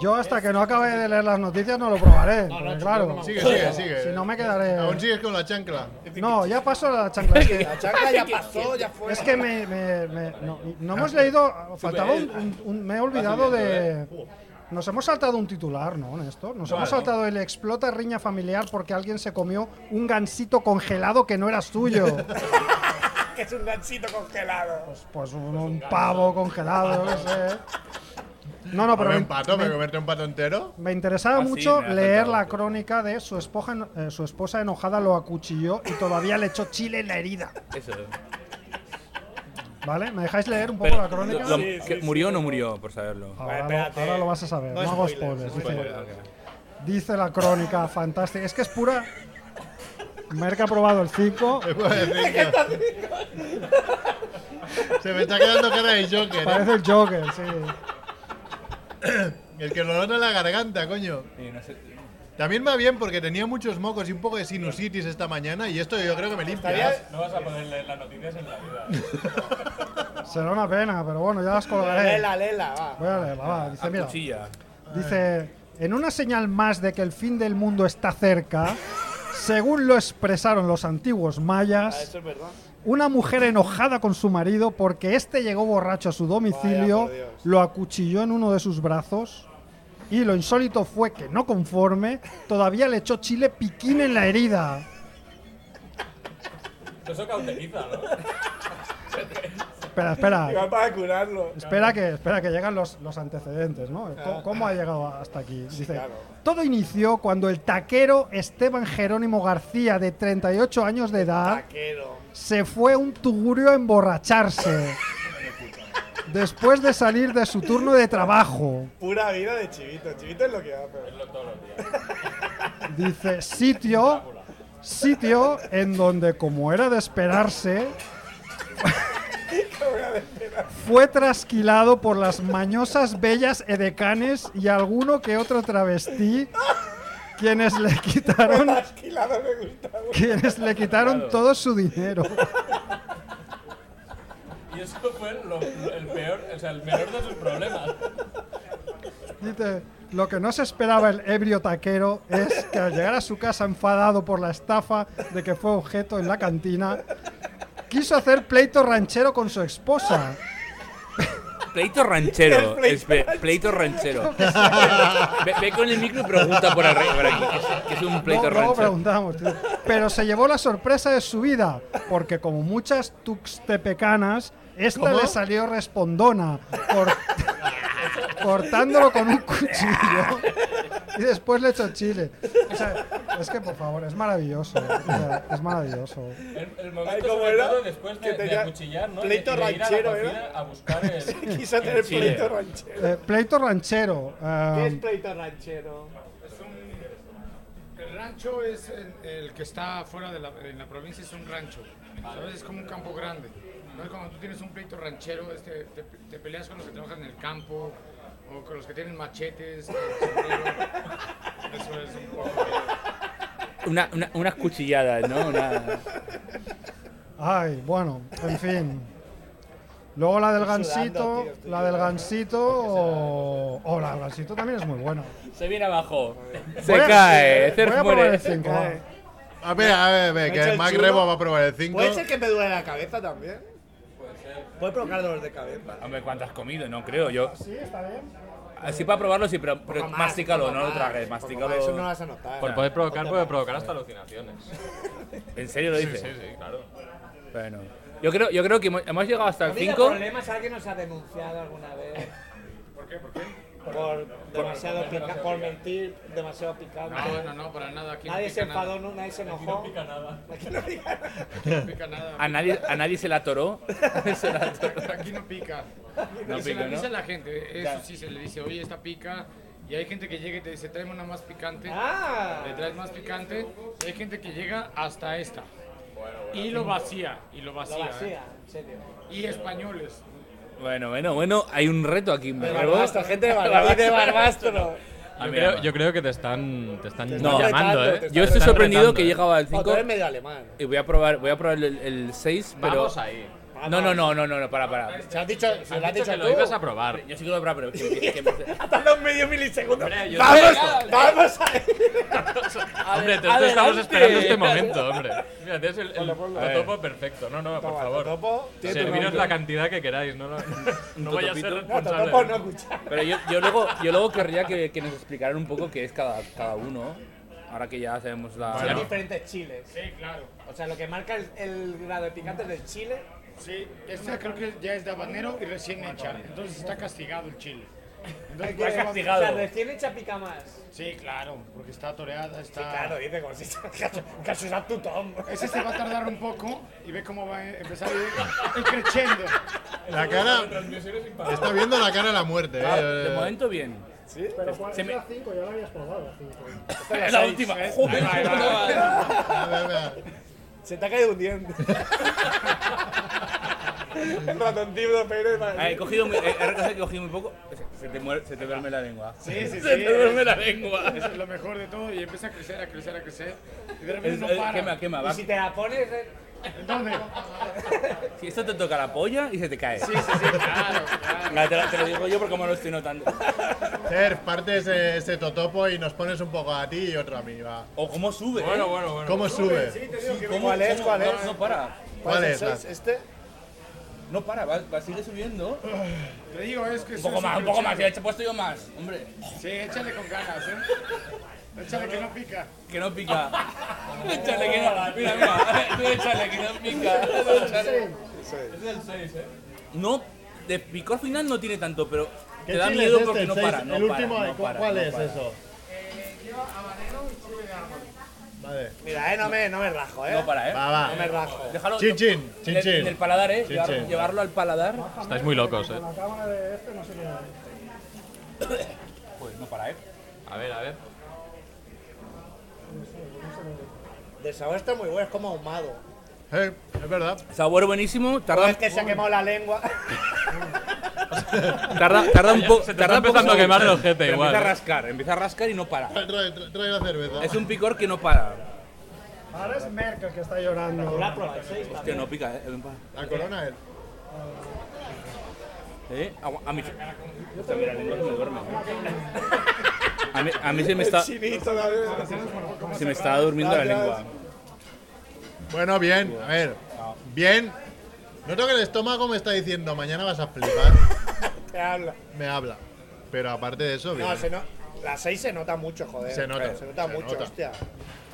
S3: Yo hasta que no acabe de leer las noticias no lo probaré. porque claro,
S5: Sigue, sigue, sigue.
S3: si no me
S6: eh.
S3: quedaré...
S5: Aún sigues con la chancla.
S3: No, ya paso a la chancla. Es que,
S6: La chancla ya pasó, ya fue.
S3: es que me, me- me- no, no hemos leído... Faltaba un, un- un- Me he olvidado de... Nos hemos saltado un titular, ¿no, Néstor? Nos hemos saltado el explota riña familiar porque alguien se comió un gansito congelado que no era suyo.
S6: que es un gansito congelado.
S3: Pues, pues un, un pavo congelado, no sé. No, no,
S5: Pero
S3: pero me,
S5: un pato, me
S3: me-
S5: comerte un pato entero.
S3: me interesaba
S4: Ah, sí,
S3: mucho
S4: me has
S3: leer
S4: contado.
S3: la crónica de su esposa, eno- eh, su esposa enojada lo acuchilló y todavía le echó chile en la herida.
S4: Eso.
S3: ¿Vale? ¿Me dejáis leer un poco
S4: Pero,
S3: la crónica?
S4: lo- que- ¿Murió o no murió? Por saberlo.
S3: Ahora, lo-
S6: Espérate. eh,
S3: ahora lo vas a saber, no,
S6: No
S3: hago
S6: spoilers,
S3: spoilers.
S6: no
S3: dice,
S6: spoilers,
S3: dice la crónica, fantástica. Es que es pura. Merck ha probado el 5.
S5: Te puedo decir que- Se me está quedando cara de Joker. ¿eh?
S3: Parece el Joker, sí.
S5: El que lo nota en la garganta, coño.
S4: Y no sé-
S5: También va bien porque tenía muchos mocos y un poco de sinusitis esta mañana y esto yo creo que me limpia.
S6: Estaría-
S9: No vas a poder leer las noticias en la vida.
S3: Será una pena, pero bueno, ya las colgaré.
S6: Lela, lela, va.
S3: Voy a leerla, va. Dice, mira.
S4: Cuchilla.
S3: Dice, en una señal más de que el fin del mundo está cerca, según lo expresaron los antiguos
S6: Ah,
S3: mayas,
S6: eso es verdad.
S3: una mujer enojada con su marido porque éste llegó borracho a su domicilio,
S6: por Dios.
S3: lo acuchilló en uno de sus brazos y lo insólito fue que no conforme, todavía le echó chile piquín en la herida.
S9: Eso cauteriza, ¿no?
S3: Espera, espera.
S6: para curarlo.
S3: Espera que, espera que llegan los, los antecedentes, ¿no? ¿Cómo, cómo ha llegado hasta aquí? Dice,
S6: Ah. claro.
S3: todo inició cuando el taquero Esteban Jerónimo García, de 38 años de edad,
S6: Taquero.
S3: se fue a un tugurio a emborracharse. después de salir de su turno de trabajo.
S6: Pura vida de chivito. Chivito es lo que hace.
S3: Dice, sitio, sitio en donde, como era de esperarse, fue trasquilado por las mañosas bellas edecanes y alguno que otro travestí, quienes le quitaron,
S6: Trasquilado me gusta. güey.
S3: quienes le quitaron todo su dinero.
S4: Y eso fue lo- el peor, o sea, el menor de sus problemas.
S3: Dice, lo que no se esperaba el ebrio taquero es que al llegar a su casa enfadado por la estafa de que fue objeto en la cantina, quiso hacer pleito ranchero con su esposa.
S4: Pleito
S6: El
S4: ranchero.
S6: pleito
S4: es pe- pleito ranchero. ve, ve con el micro y pregunta por, arri- por aquí. ¿Qué es, qué es un pleito
S3: No,
S4: ranchero?
S3: luego preguntamos. tío. Pero se llevó la sorpresa de su vida, porque como muchas tuxtepecanas, esta
S5: ¿Cómo?
S3: le salió respondona, cor- cortándolo con un cuchillo. Y después le echó chile. O sea, es que por favor, es maravilloso. o sea, es maravilloso.
S4: El, el
S6: Ay,
S4: momento
S6: ¿cómo
S4: sobre
S6: era?
S4: todo después
S6: Que
S4: de, de
S6: tenía
S4: acuchillar, ¿no?
S6: pleito
S4: De- de ir a la
S6: ranchero, ¿eh?
S4: cocina A buscar el,
S6: Quiso tener
S4: el chile.
S6: pleito ranchero.
S3: Eh, pleito ranchero.
S4: Ah.
S6: ¿Qué es
S3: eh,
S6: pleito ranchero?
S10: Es un- El rancho es el, el que está fuera de la, en la provincia, es un rancho. ¿Sabes? Es como un campo grande. Entonces, cuando tú tienes un pleito ranchero, es que te, te peleas con los que trabajan en el campo o con los que tienen machetes. con el sombrero. Eso es un poco.
S4: Una, una, unas cuchilladas, ¿no? Una...
S3: Ay, bueno, en fin. Luego la del
S6: Estoy sudando,
S3: gansito,
S6: tío, estoy
S3: la del gansito o, o la del gansito también es muy buena.
S4: Se viene abajo.
S3: Voy
S4: Se
S3: a-
S4: cae.
S3: voy
S4: Cerf
S3: a probar el
S4: muere.
S3: cinco,
S6: Cae.
S3: va.
S5: A ver, a ver, a ver,
S6: ¿Me echa
S5: que
S6: el
S5: Mac
S6: chulo?
S5: Rebo va a probar el 5.
S6: ¿Puede ser que me duele la cabeza también? Puede provocar dolor de cabeza.
S4: Hombre, ¿cuánto has comido? No creo yo.
S3: Sí, está bien.
S4: Así para probarlo, sí, pero, pero
S6: Poco más,
S4: mastícalo,
S6: poco
S4: no lo
S6: más,
S4: tragues.
S6: poco más, Eso no lo
S4: Mastícalo.
S6: vas a notar.
S4: Por-
S9: Puede provocar,
S6: Otra
S9: puede
S6: más.
S9: provocar hasta alucinaciones.
S4: ¿En serio lo
S9: Sí,
S4: dices?
S9: sí, sí, claro.
S4: Bueno. Yo creo, yo creo que hemos, hemos llegado hasta el 5.
S8: es alguien nos ha denunciado alguna vez
S6: Por demasiado pica- por mentir, demasiado picante.
S10: No, no, no, para nada. Aquí
S6: nadie
S10: no
S6: se
S10: pica nada.
S6: enfadó, no, nadie se enojó. no pica nada. Aquí no pica nada.
S10: Aquí no pica nada.
S4: A nadie, a nadie se la atoró. Se la atoró.
S10: Aquí no pica.
S4: No
S10: Y se
S4: pica,
S10: le dice
S4: ¿no?
S10: a la gente, eso sí se le dice, oye, esta pica. Y hay gente que llega y te dice, tráeme una más picante.
S6: Ah,
S10: Le traes más picante. Y hay gente que llega hasta esta. Y lo vacía, y lo
S6: lo
S10: vacía. ¿eh?
S6: vacía, en serio.
S10: Y españoles.
S4: Bueno, bueno, bueno. Hay un reto aquí. ¿me atrevo?
S6: gente de Barbastro. de Barbastro.
S4: Ah,
S10: ¿eh?
S9: Yo
S4: mira,
S9: creo, yo creo que te están, te están
S4: No.
S9: llamando,
S6: retando, te
S9: ¿eh?
S6: están
S4: Yo estoy
S9: Te están
S4: sorprendido
S9: retando,
S4: que
S9: ¿eh?
S4: llegaba al
S6: O tú eres
S4: 5
S6: medio alemán.
S4: y voy a probar, voy a probar el 6, pero.
S9: Vamos ahí.
S4: No, no, no, no, no, no, para, para.
S6: Se has dicho, se lo has
S9: Has dicho
S6: dicho
S9: que
S6: tú.
S9: lo ibas a probar.
S4: Yo sí que lo voy a probar, pero. que- que- que-
S6: Ha tardado medio milisegundo.
S9: yo-
S6: Vamos, vamos a
S9: Hombre, te te estamos
S4: Adelante.
S9: esperando este momento, hombre. Mira, tienes el, el
S4: A ver.
S9: topo perfecto. No, no, por favor.
S6: Totopo, tiene tu
S9: Serviros
S6: nombre.
S9: la cantidad que queráis, no, lo- no vaya a ser
S4: totopito.
S6: pues No,
S9: responsable.
S6: Totopo no escucha.
S4: Pero yo, yo luego, yo luego querría que, que nos explicaran un poco qué es cada, cada uno. Ahora que ya sabemos la.
S6: Son
S9: Bueno.
S6: diferentes chiles.
S10: Sí, claro.
S6: O sea, lo que marca el, el grado de picante es del chile.
S10: Sí, esta creo que ya es de habanero y recién hecha. Entonces está castigado el chile. Entonces,
S6: Está
S4: castigado.
S6: O sea, recién hecha pica más.
S10: Sí, claro, porque está toreada, está...
S6: Claro, dice como si casi es tu tom.
S10: Ese se va a tardar un poco y ve cómo va a empezar a ir el crescendo.
S5: La cara. Está viendo la cara de la muerte,
S4: Ah,
S5: eh.
S4: de momento bien.
S6: Sí,
S4: Se me-
S3: ya lo habías probado.
S4: Es la última. Joder,
S5: A ver, a ver.
S6: se te ha caído un diente. El ratoncito de Pérez.
S4: Ah, He cogido muy, he, he recogido que he cogido muy poco. Se te, muere, se te duerme la lengua.
S10: Sí, sí, sí.
S4: Se te duerme la lengua.
S10: Eso es lo mejor de todo y empieza a crecer, a crecer, a crecer. Y de repente
S4: Es-
S10: no
S4: es-
S10: para.
S4: quema, quema.
S6: Y
S4: Va.
S6: si te la pones, eh,
S10: ¿Dónde?
S4: Si esto te toca la polla y se te cae.
S10: Sí, sí, sí, claro, claro.
S4: Ya, Te, lo, te lo digo yo porque me lo estoy notando.
S5: Cerf, parte ese, ese totopo y nos pones un poco a ti y otro a mí, va.
S4: O cómo sube. ¿eh?
S9: Bueno, bueno, bueno.
S5: ¿Cómo sube?
S4: ¿Cómo-
S6: ¿Cuál es?
S4: cómo-
S6: ¿Cuál
S4: no,
S6: es?
S4: No para.
S10: Pues,
S5: ¿Cuál
S6: el
S5: es la-
S6: seis? ¿Este?
S4: No para, va, va- sigue subiendo.
S10: Te digo, es que...
S4: Un poco más, un poco más. Ya he puesto yo más. Hombre,
S10: Sí, échale con ganas, ¿eh? Échale que no pica.
S4: que no pica. Échale que no. Mira, mira. Tú échale que no pica. Tú échale.
S6: Seis.
S4: No, de picor final no tiene tanto, pero
S5: ¿Qué
S4: te da
S5: chile
S4: miedo
S5: es este?
S4: porque
S5: ¿El
S4: no
S5: seis?
S4: para. No
S5: el
S4: para,
S5: último,
S4: no para,
S5: ¿cuál
S4: no
S5: es
S4: para.
S5: eso? Vale,
S6: Mira, eh, no me, no me rajo, eh.
S4: No para, ¿eh?
S5: va,
S6: No me
S5: va.
S6: rajo.
S4: Déjalo
S5: Chin, chin, chin,
S4: en,
S5: chin.
S4: en el paladar, ¿eh?
S5: Chin,
S4: Llevar-
S5: chin.
S4: Llevarlo al paladar.
S9: Estáis muy locos, ¿eh?
S3: Con la cámara de este no se queda.
S4: Pues no para, ¿eh?
S9: A ver, a ver.
S6: De sabor está muy bueno, es como ahumado.
S5: Eh, es verdad.
S4: Sabor buenísimo,
S6: Una Pues,
S4: tarda...
S6: vez que se ha quemado la lengua.
S4: Tarda, tarda un poco.
S9: Se te está empezando a quemar el ojete igual.
S4: Empieza a rascar, empieza a rascar y no para.
S5: Trae, trae- trae la cerveza.
S4: Es un picor que no para.
S3: Ahora es Merkel que está llorando.
S4: Hostia, no pica, eh. Ven pa.
S5: La corona es.
S4: Eh, agua- A mí. A mí, a mí se me está. Se me está durmiendo la lengua.
S5: Bueno, bien, a ver. Bien. Noto que el estómago me está diciendo, mañana vas a flipar.
S6: Te habla.
S5: Me habla. Pero aparte de eso, bien.
S6: No, se no, las 6 se nota mucho, joder.
S5: Se nota,
S6: Se nota
S5: se
S6: mucho,
S5: nota.
S6: hostia.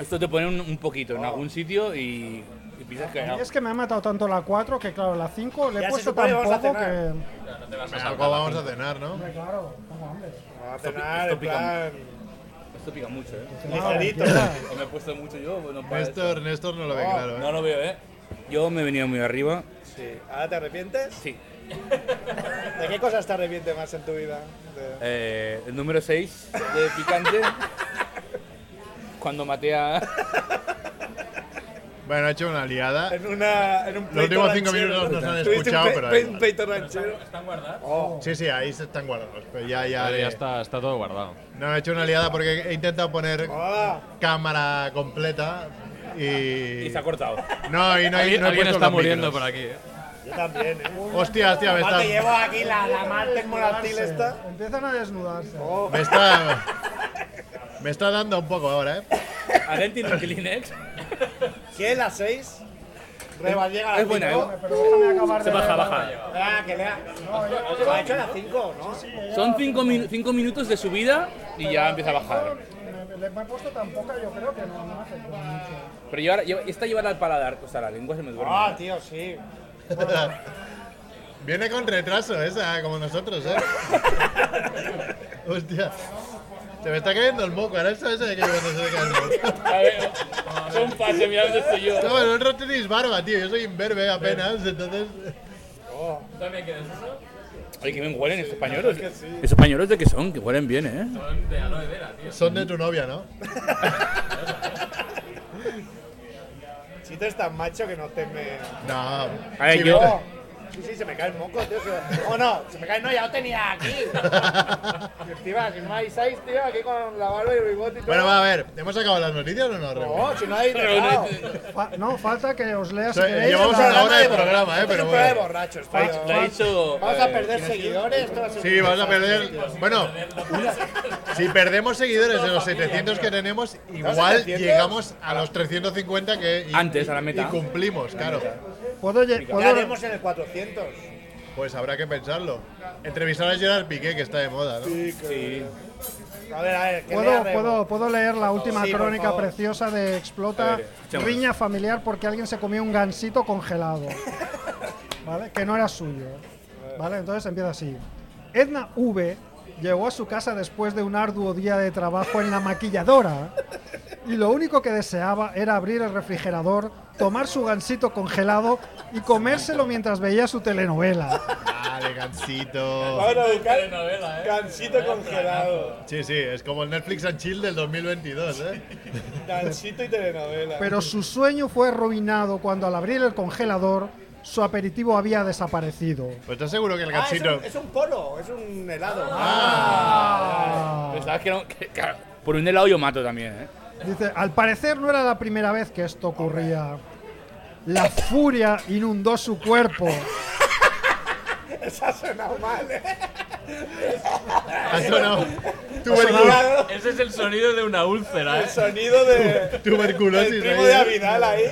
S4: Esto te pone un, un poquito en algún sitio y, y piensas que
S3: Y
S4: no.
S3: es que me ha matado tanto la 4 que, claro, la 5 le
S6: Ya
S3: he
S6: se
S3: puesto
S6: supone
S3: tan
S6: que vamos a
S3: poco que.
S6: cenar.
S5: Algo vamos a cenar, ¿no?
S3: Hombre, claro, tengo hambre.
S6: No,
S4: Esto pi-
S6: cenar,
S4: esto
S6: en
S4: pica
S6: plan.
S4: Esto pica mucho, eh.
S6: Ligerito.
S4: O me he puesto mucho yo, pues no para. esto.
S5: Néstor, Néstor no lo ve claro, ¿eh?
S4: No lo veo, eh. Yo me he venido muy arriba.
S6: Sí. ¿Ahora te arrepientes?
S4: Sí.
S6: ¿De qué cosas te arrepientes más en tu vida? De-
S4: Eh, el número 6 de picante. cuando maté a.
S5: Bueno, ha hecho una liada.
S6: En, una, en un
S5: Los
S6: pleito
S5: últimos cinco
S6: ranchero.
S5: minutos nos han
S6: Tuviste
S5: escuchado,
S6: un pe-
S5: pero
S6: pe-
S5: ahí-
S6: un pleito ranchero. Oh,
S5: Sí, sí, ahí se están guardados. Pero ya, ya.
S9: Ahora
S5: eh,
S9: ya está, está todo guardado.
S5: No, he hecho una liada porque he intentado poner
S6: Ah,
S5: cámara completa y.
S4: Y se ha cortado.
S5: No, y no, hay-
S9: Alguien,
S5: no he
S9: alguien
S5: puesto
S9: está
S5: los
S9: muriendo
S5: micros.
S9: por aquí. ¿eh?
S6: yo también, ¿eh?
S5: Hostia, hostia, me
S6: Aparte llevo
S5: está.
S6: aquí la, la Marte Moratil esta.
S3: Empiezan a desnudarse.
S6: Oh.
S5: Me está. Me está dando un poco ahora, ¿eh?
S4: Adenti en un Kleenex.
S6: ¿Qué? ¿La 6? Reba llega a la
S4: Es buena,
S6: 5.
S4: ¿eh?
S3: Pero déjame acabar de.
S4: Baja,
S3: leer.
S4: baja.
S6: Ah, que lea. No, ha hecho la 5, ¿no?
S4: Son 5 minutos de subida y ya empieza a bajar.
S3: Me, le me he puesto tan poca, yo creo que no, no hace mucho.
S4: Pero llevar, lleva- esta llevar al paladar, o sea, la lengua se me duerme.
S6: Ah, tío, sí.
S5: ¿eh? Viene con retraso esa, como nosotros, ¿eh? Hostia. Se me está cayendo el moco, ahora sabes de qué cuando se me cae el moco.
S4: A ver, son pase, mira dónde estoy yo.
S5: No, vosotros tenéis barba, tío, yo soy imberbe apenas, entonces...
S4: Oye, que bien huelen estos pañuelos. ¿Esos pañuelos de qué son? Que huelen bien, ¿eh?
S5: Son de tu novia, ¿no?
S6: Si tú eres tan macho que no te me.
S5: No.
S4: A ver,
S5: Sí,
S4: yo-
S5: mira.
S6: Sí, sí, se me cae el moco, tío. que- Oh, no, se me cae, no, ya lo tenía aquí. Y encima, si no hay 6, tío, aquí con la barba y el bigote y todo.
S5: Bueno, va a ver, ¿hemos acabado las noticias o no, Remo?
S6: No, si no hay. teclado.
S3: Fa- no, falta que os lea si
S5: Sí,
S3: queréis.
S5: llevamos
S3: la-
S5: una hora de programa, ¿eh?
S6: Esto es
S5: Pero
S6: un programa de
S5: bueno.
S6: borrachos,
S4: Lo
S6: tío.
S4: ha- lo ha dicho.
S6: Vamos a
S4: eh,
S6: perder seguidores. esto va a ser
S5: Sí,
S6: un
S5: vamos a
S6: desastre,
S5: perder... Bueno, si perdemos seguidores de los 700 que tenemos, igual
S6: 700?
S5: llegamos a los 350 que... y-
S4: Antes, a la
S5: Y
S4: meta.
S5: cumplimos, claro.
S3: ¿Puedo, lle-
S6: tío.
S3: puedo-
S6: ¿Qué haremos en el 400?
S5: Pues habrá que pensarlo. Entrevistar a Gerard Piqué, que está de moda, ¿no?
S4: Sí.
S6: A ver, a ver. que lea
S3: puedo,
S6: Remo.
S3: puedo- puedo leer la última
S6: Sí, por
S3: crónica
S6: favor.
S3: preciosa
S4: A
S3: de Explota
S4: ver, echemos.
S3: riña familiar porque alguien se comió un gansito congelado. ¿Vale? Que no era suyo. ¿Vale? Entonces empieza así. Edna V llegó a su casa después de un arduo día de trabajo en la maquilladora y lo único que deseaba era abrir el refrigerador, tomar su gansito congelado y comérselo mientras veía su telenovela.
S5: Dale, gansito.
S6: Vamos a buscar Gansito congelado.
S5: Sí, sí, es como el Netflix and Chill del 2022, ¿eh?
S6: Gansito y telenovela.
S3: Pero su sueño fue arruinado cuando al abrir el congelador su aperitivo había desaparecido.
S5: Pues estás seguro que el
S6: Ah, es,
S5: gansito.
S6: un, es un polo, es un helado.
S5: Ah.
S4: Pensabas que era. un- que- claro, por un helado yo mato también, ¿eh?
S3: Dice, al parecer no era la primera vez que esto ocurría. La furia inundó su cuerpo.
S6: Esa ha sonado Ah, mal, ¿eh?
S5: Ha sonado tubercul-
S6: Sonaba
S9: Ese es el sonido de una úlcera,
S6: el
S9: ¿eh?
S6: sonido de.
S5: tuberculosis.
S6: El
S5: ahí,
S6: primo
S5: ¿eh?
S6: de Avidal ahí.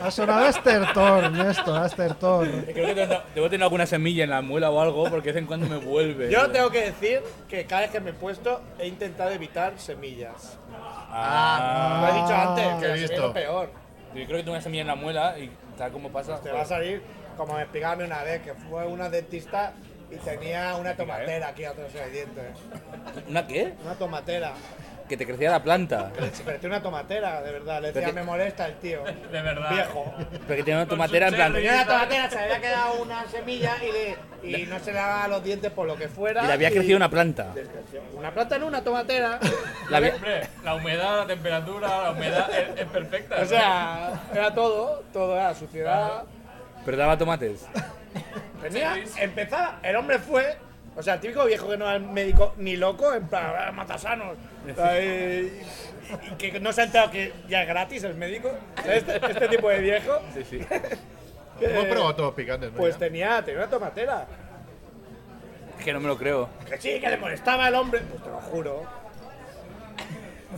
S3: Ha sonado estertor, Néstor, a estertor.
S4: Creo que tengo- debo tener alguna semilla en la muela o algo porque de vez en cuando me vuelve.
S6: Yo tengo que decir que cada vez que me he puesto he intentado evitar semillas.
S4: Ah,
S6: Lo he dicho antes,
S5: qué
S6: que la semilla
S5: listo.
S6: es peor.
S4: yo creo que tengo una semilla en la muela y tal como pasa.
S6: Te va a salir, como me explicaron una vez, que fue una dentista y tenía una tomatera aquí atrás de los dientes.
S4: ¿Una qué?
S6: Una tomatera.
S4: Que te crecía la planta.
S6: Pero tiene una tomatera, de verdad. Le decía,
S4: Pero que-
S6: me molesta el tío.
S9: De verdad.
S6: Viejo.
S4: Pero que tenía una tomatera en plan.
S6: Tenía una tomatera, se le había quedado una semilla y, le- y no se le daba los dientes por lo que fuera.
S4: Y le había crecido una planta.
S6: Una planta en una tomatera.
S4: La había-
S9: Hombre, la humedad, la temperatura, la humedad es, es perfecta.
S6: o sea, era todo, todo era suciedad.
S4: Pero daba tomates.
S6: Tenía, empezaba, el hombre fue, O sea, el típico viejo que no va al médico ni loco, en plan, "Ah, matasanos. Ahí, y y que no se ha enterado que ya es gratis el médico. O sea, Este, este tipo de viejo.
S4: Sí, sí.
S5: Hemos probado todos picantes, ¿no?
S6: Pues
S5: Ya.
S6: tenía, tenía una tomatera.
S4: Que no me lo creo.
S6: Que sí, que le molestaba al hombre. Pues te lo juro.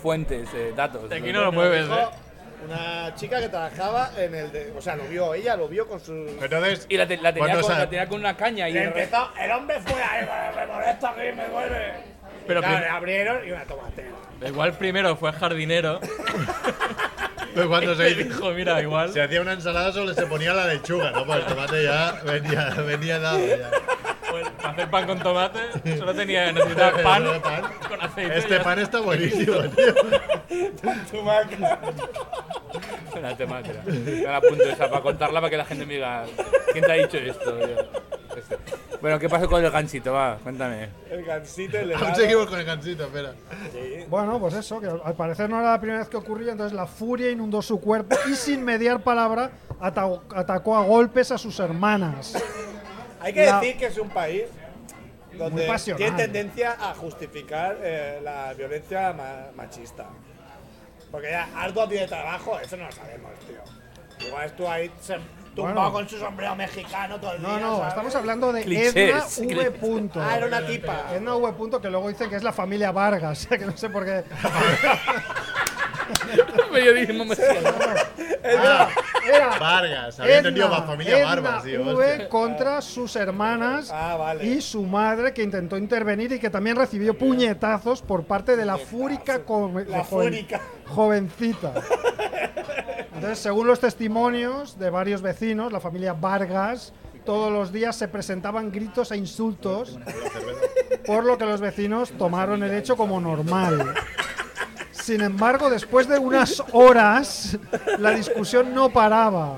S4: Fuentes, eh, datos.
S11: De aquí no lo mueves,
S9: eh.
S6: Dijo Una chica que trabajaba en el de. O sea, lo vio, ella lo vio con su.
S5: Entonces,
S4: Y la, te- la tenía
S5: ¿Cuándo
S4: con,
S5: sal-
S4: la tenía con una caña y
S6: Le empezó, el hombre fue ahí, me, me molesta aquí, me duele.
S11: Pero
S6: Claro,
S11: prim-
S6: le abrieron y una tomatera.
S11: Igual primero fue jardinero.
S5: Pues cuando
S11: Le
S5: se,
S11: dijo, mira, igual.
S5: se hacía una ensalada solo se ponía la lechuga, ¿no? Pues el tomate ya venía, venía dado. Ya.
S11: Pues, para hacer pan con tomate, solo tenía necesitar pan con aceite.
S5: Este
S11: ya
S5: pan está buenísimo, tío.
S4: una temática. Están a punto esa para contarla para que la gente me diga, ¿quién te ha dicho esto? Yo- este. Bueno, ¿qué pasó con el ganchito? Va, cuéntame.
S6: El gansito, el
S5: Aún
S6: helado.
S5: seguimos con el gansito, espera.
S3: Bueno, pues eso, que al al parecer no era la primera vez que ocurría, entonces la furia inundó su cuerpo y sin mediar palabra ata- atacó a golpes a sus hermanas.
S6: Hay que
S3: La-
S6: decir que es un país donde
S3: Muy pasional.
S6: tiene tendencia a justificar eh, la violencia ma- machista. Porque ya, algo a ti de trabajo, eso no lo sabemos, tío. Igual tú ahí se- tumbado
S3: Bueno.
S6: con su sombrero mexicano todo el
S3: No,
S6: día.
S3: no,
S6: ¿sabes?
S3: estamos hablando de
S4: Clichés,
S3: Edna
S4: clichés.
S3: V. Punto.
S6: Ah, era una tipa.
S3: Edna V. Punto, que luego dicen que es la familia Vargas, o sea, que no sé por qué.
S4: Periodismo mexicano.
S5: Ah,
S3: Era
S5: Vargas, había entendido
S3: Edna-
S5: más familia
S3: Edna
S5: Vargas, tío.
S3: V
S5: hostia.
S3: contra sus hermanas
S6: Ah, vale.
S3: y su madre que intentó intervenir y que también recibió puñetazos por parte de la fúrica come-
S6: La
S3: joven-
S6: fúrica.
S3: jovencita. Entonces, según los testimonios de varios vecinos, la familia Vargas todos los días se presentaban gritos e insultos, por lo que los vecinos tomaron el hecho como normal. Sin embargo, después de unas horas, la discusión no paraba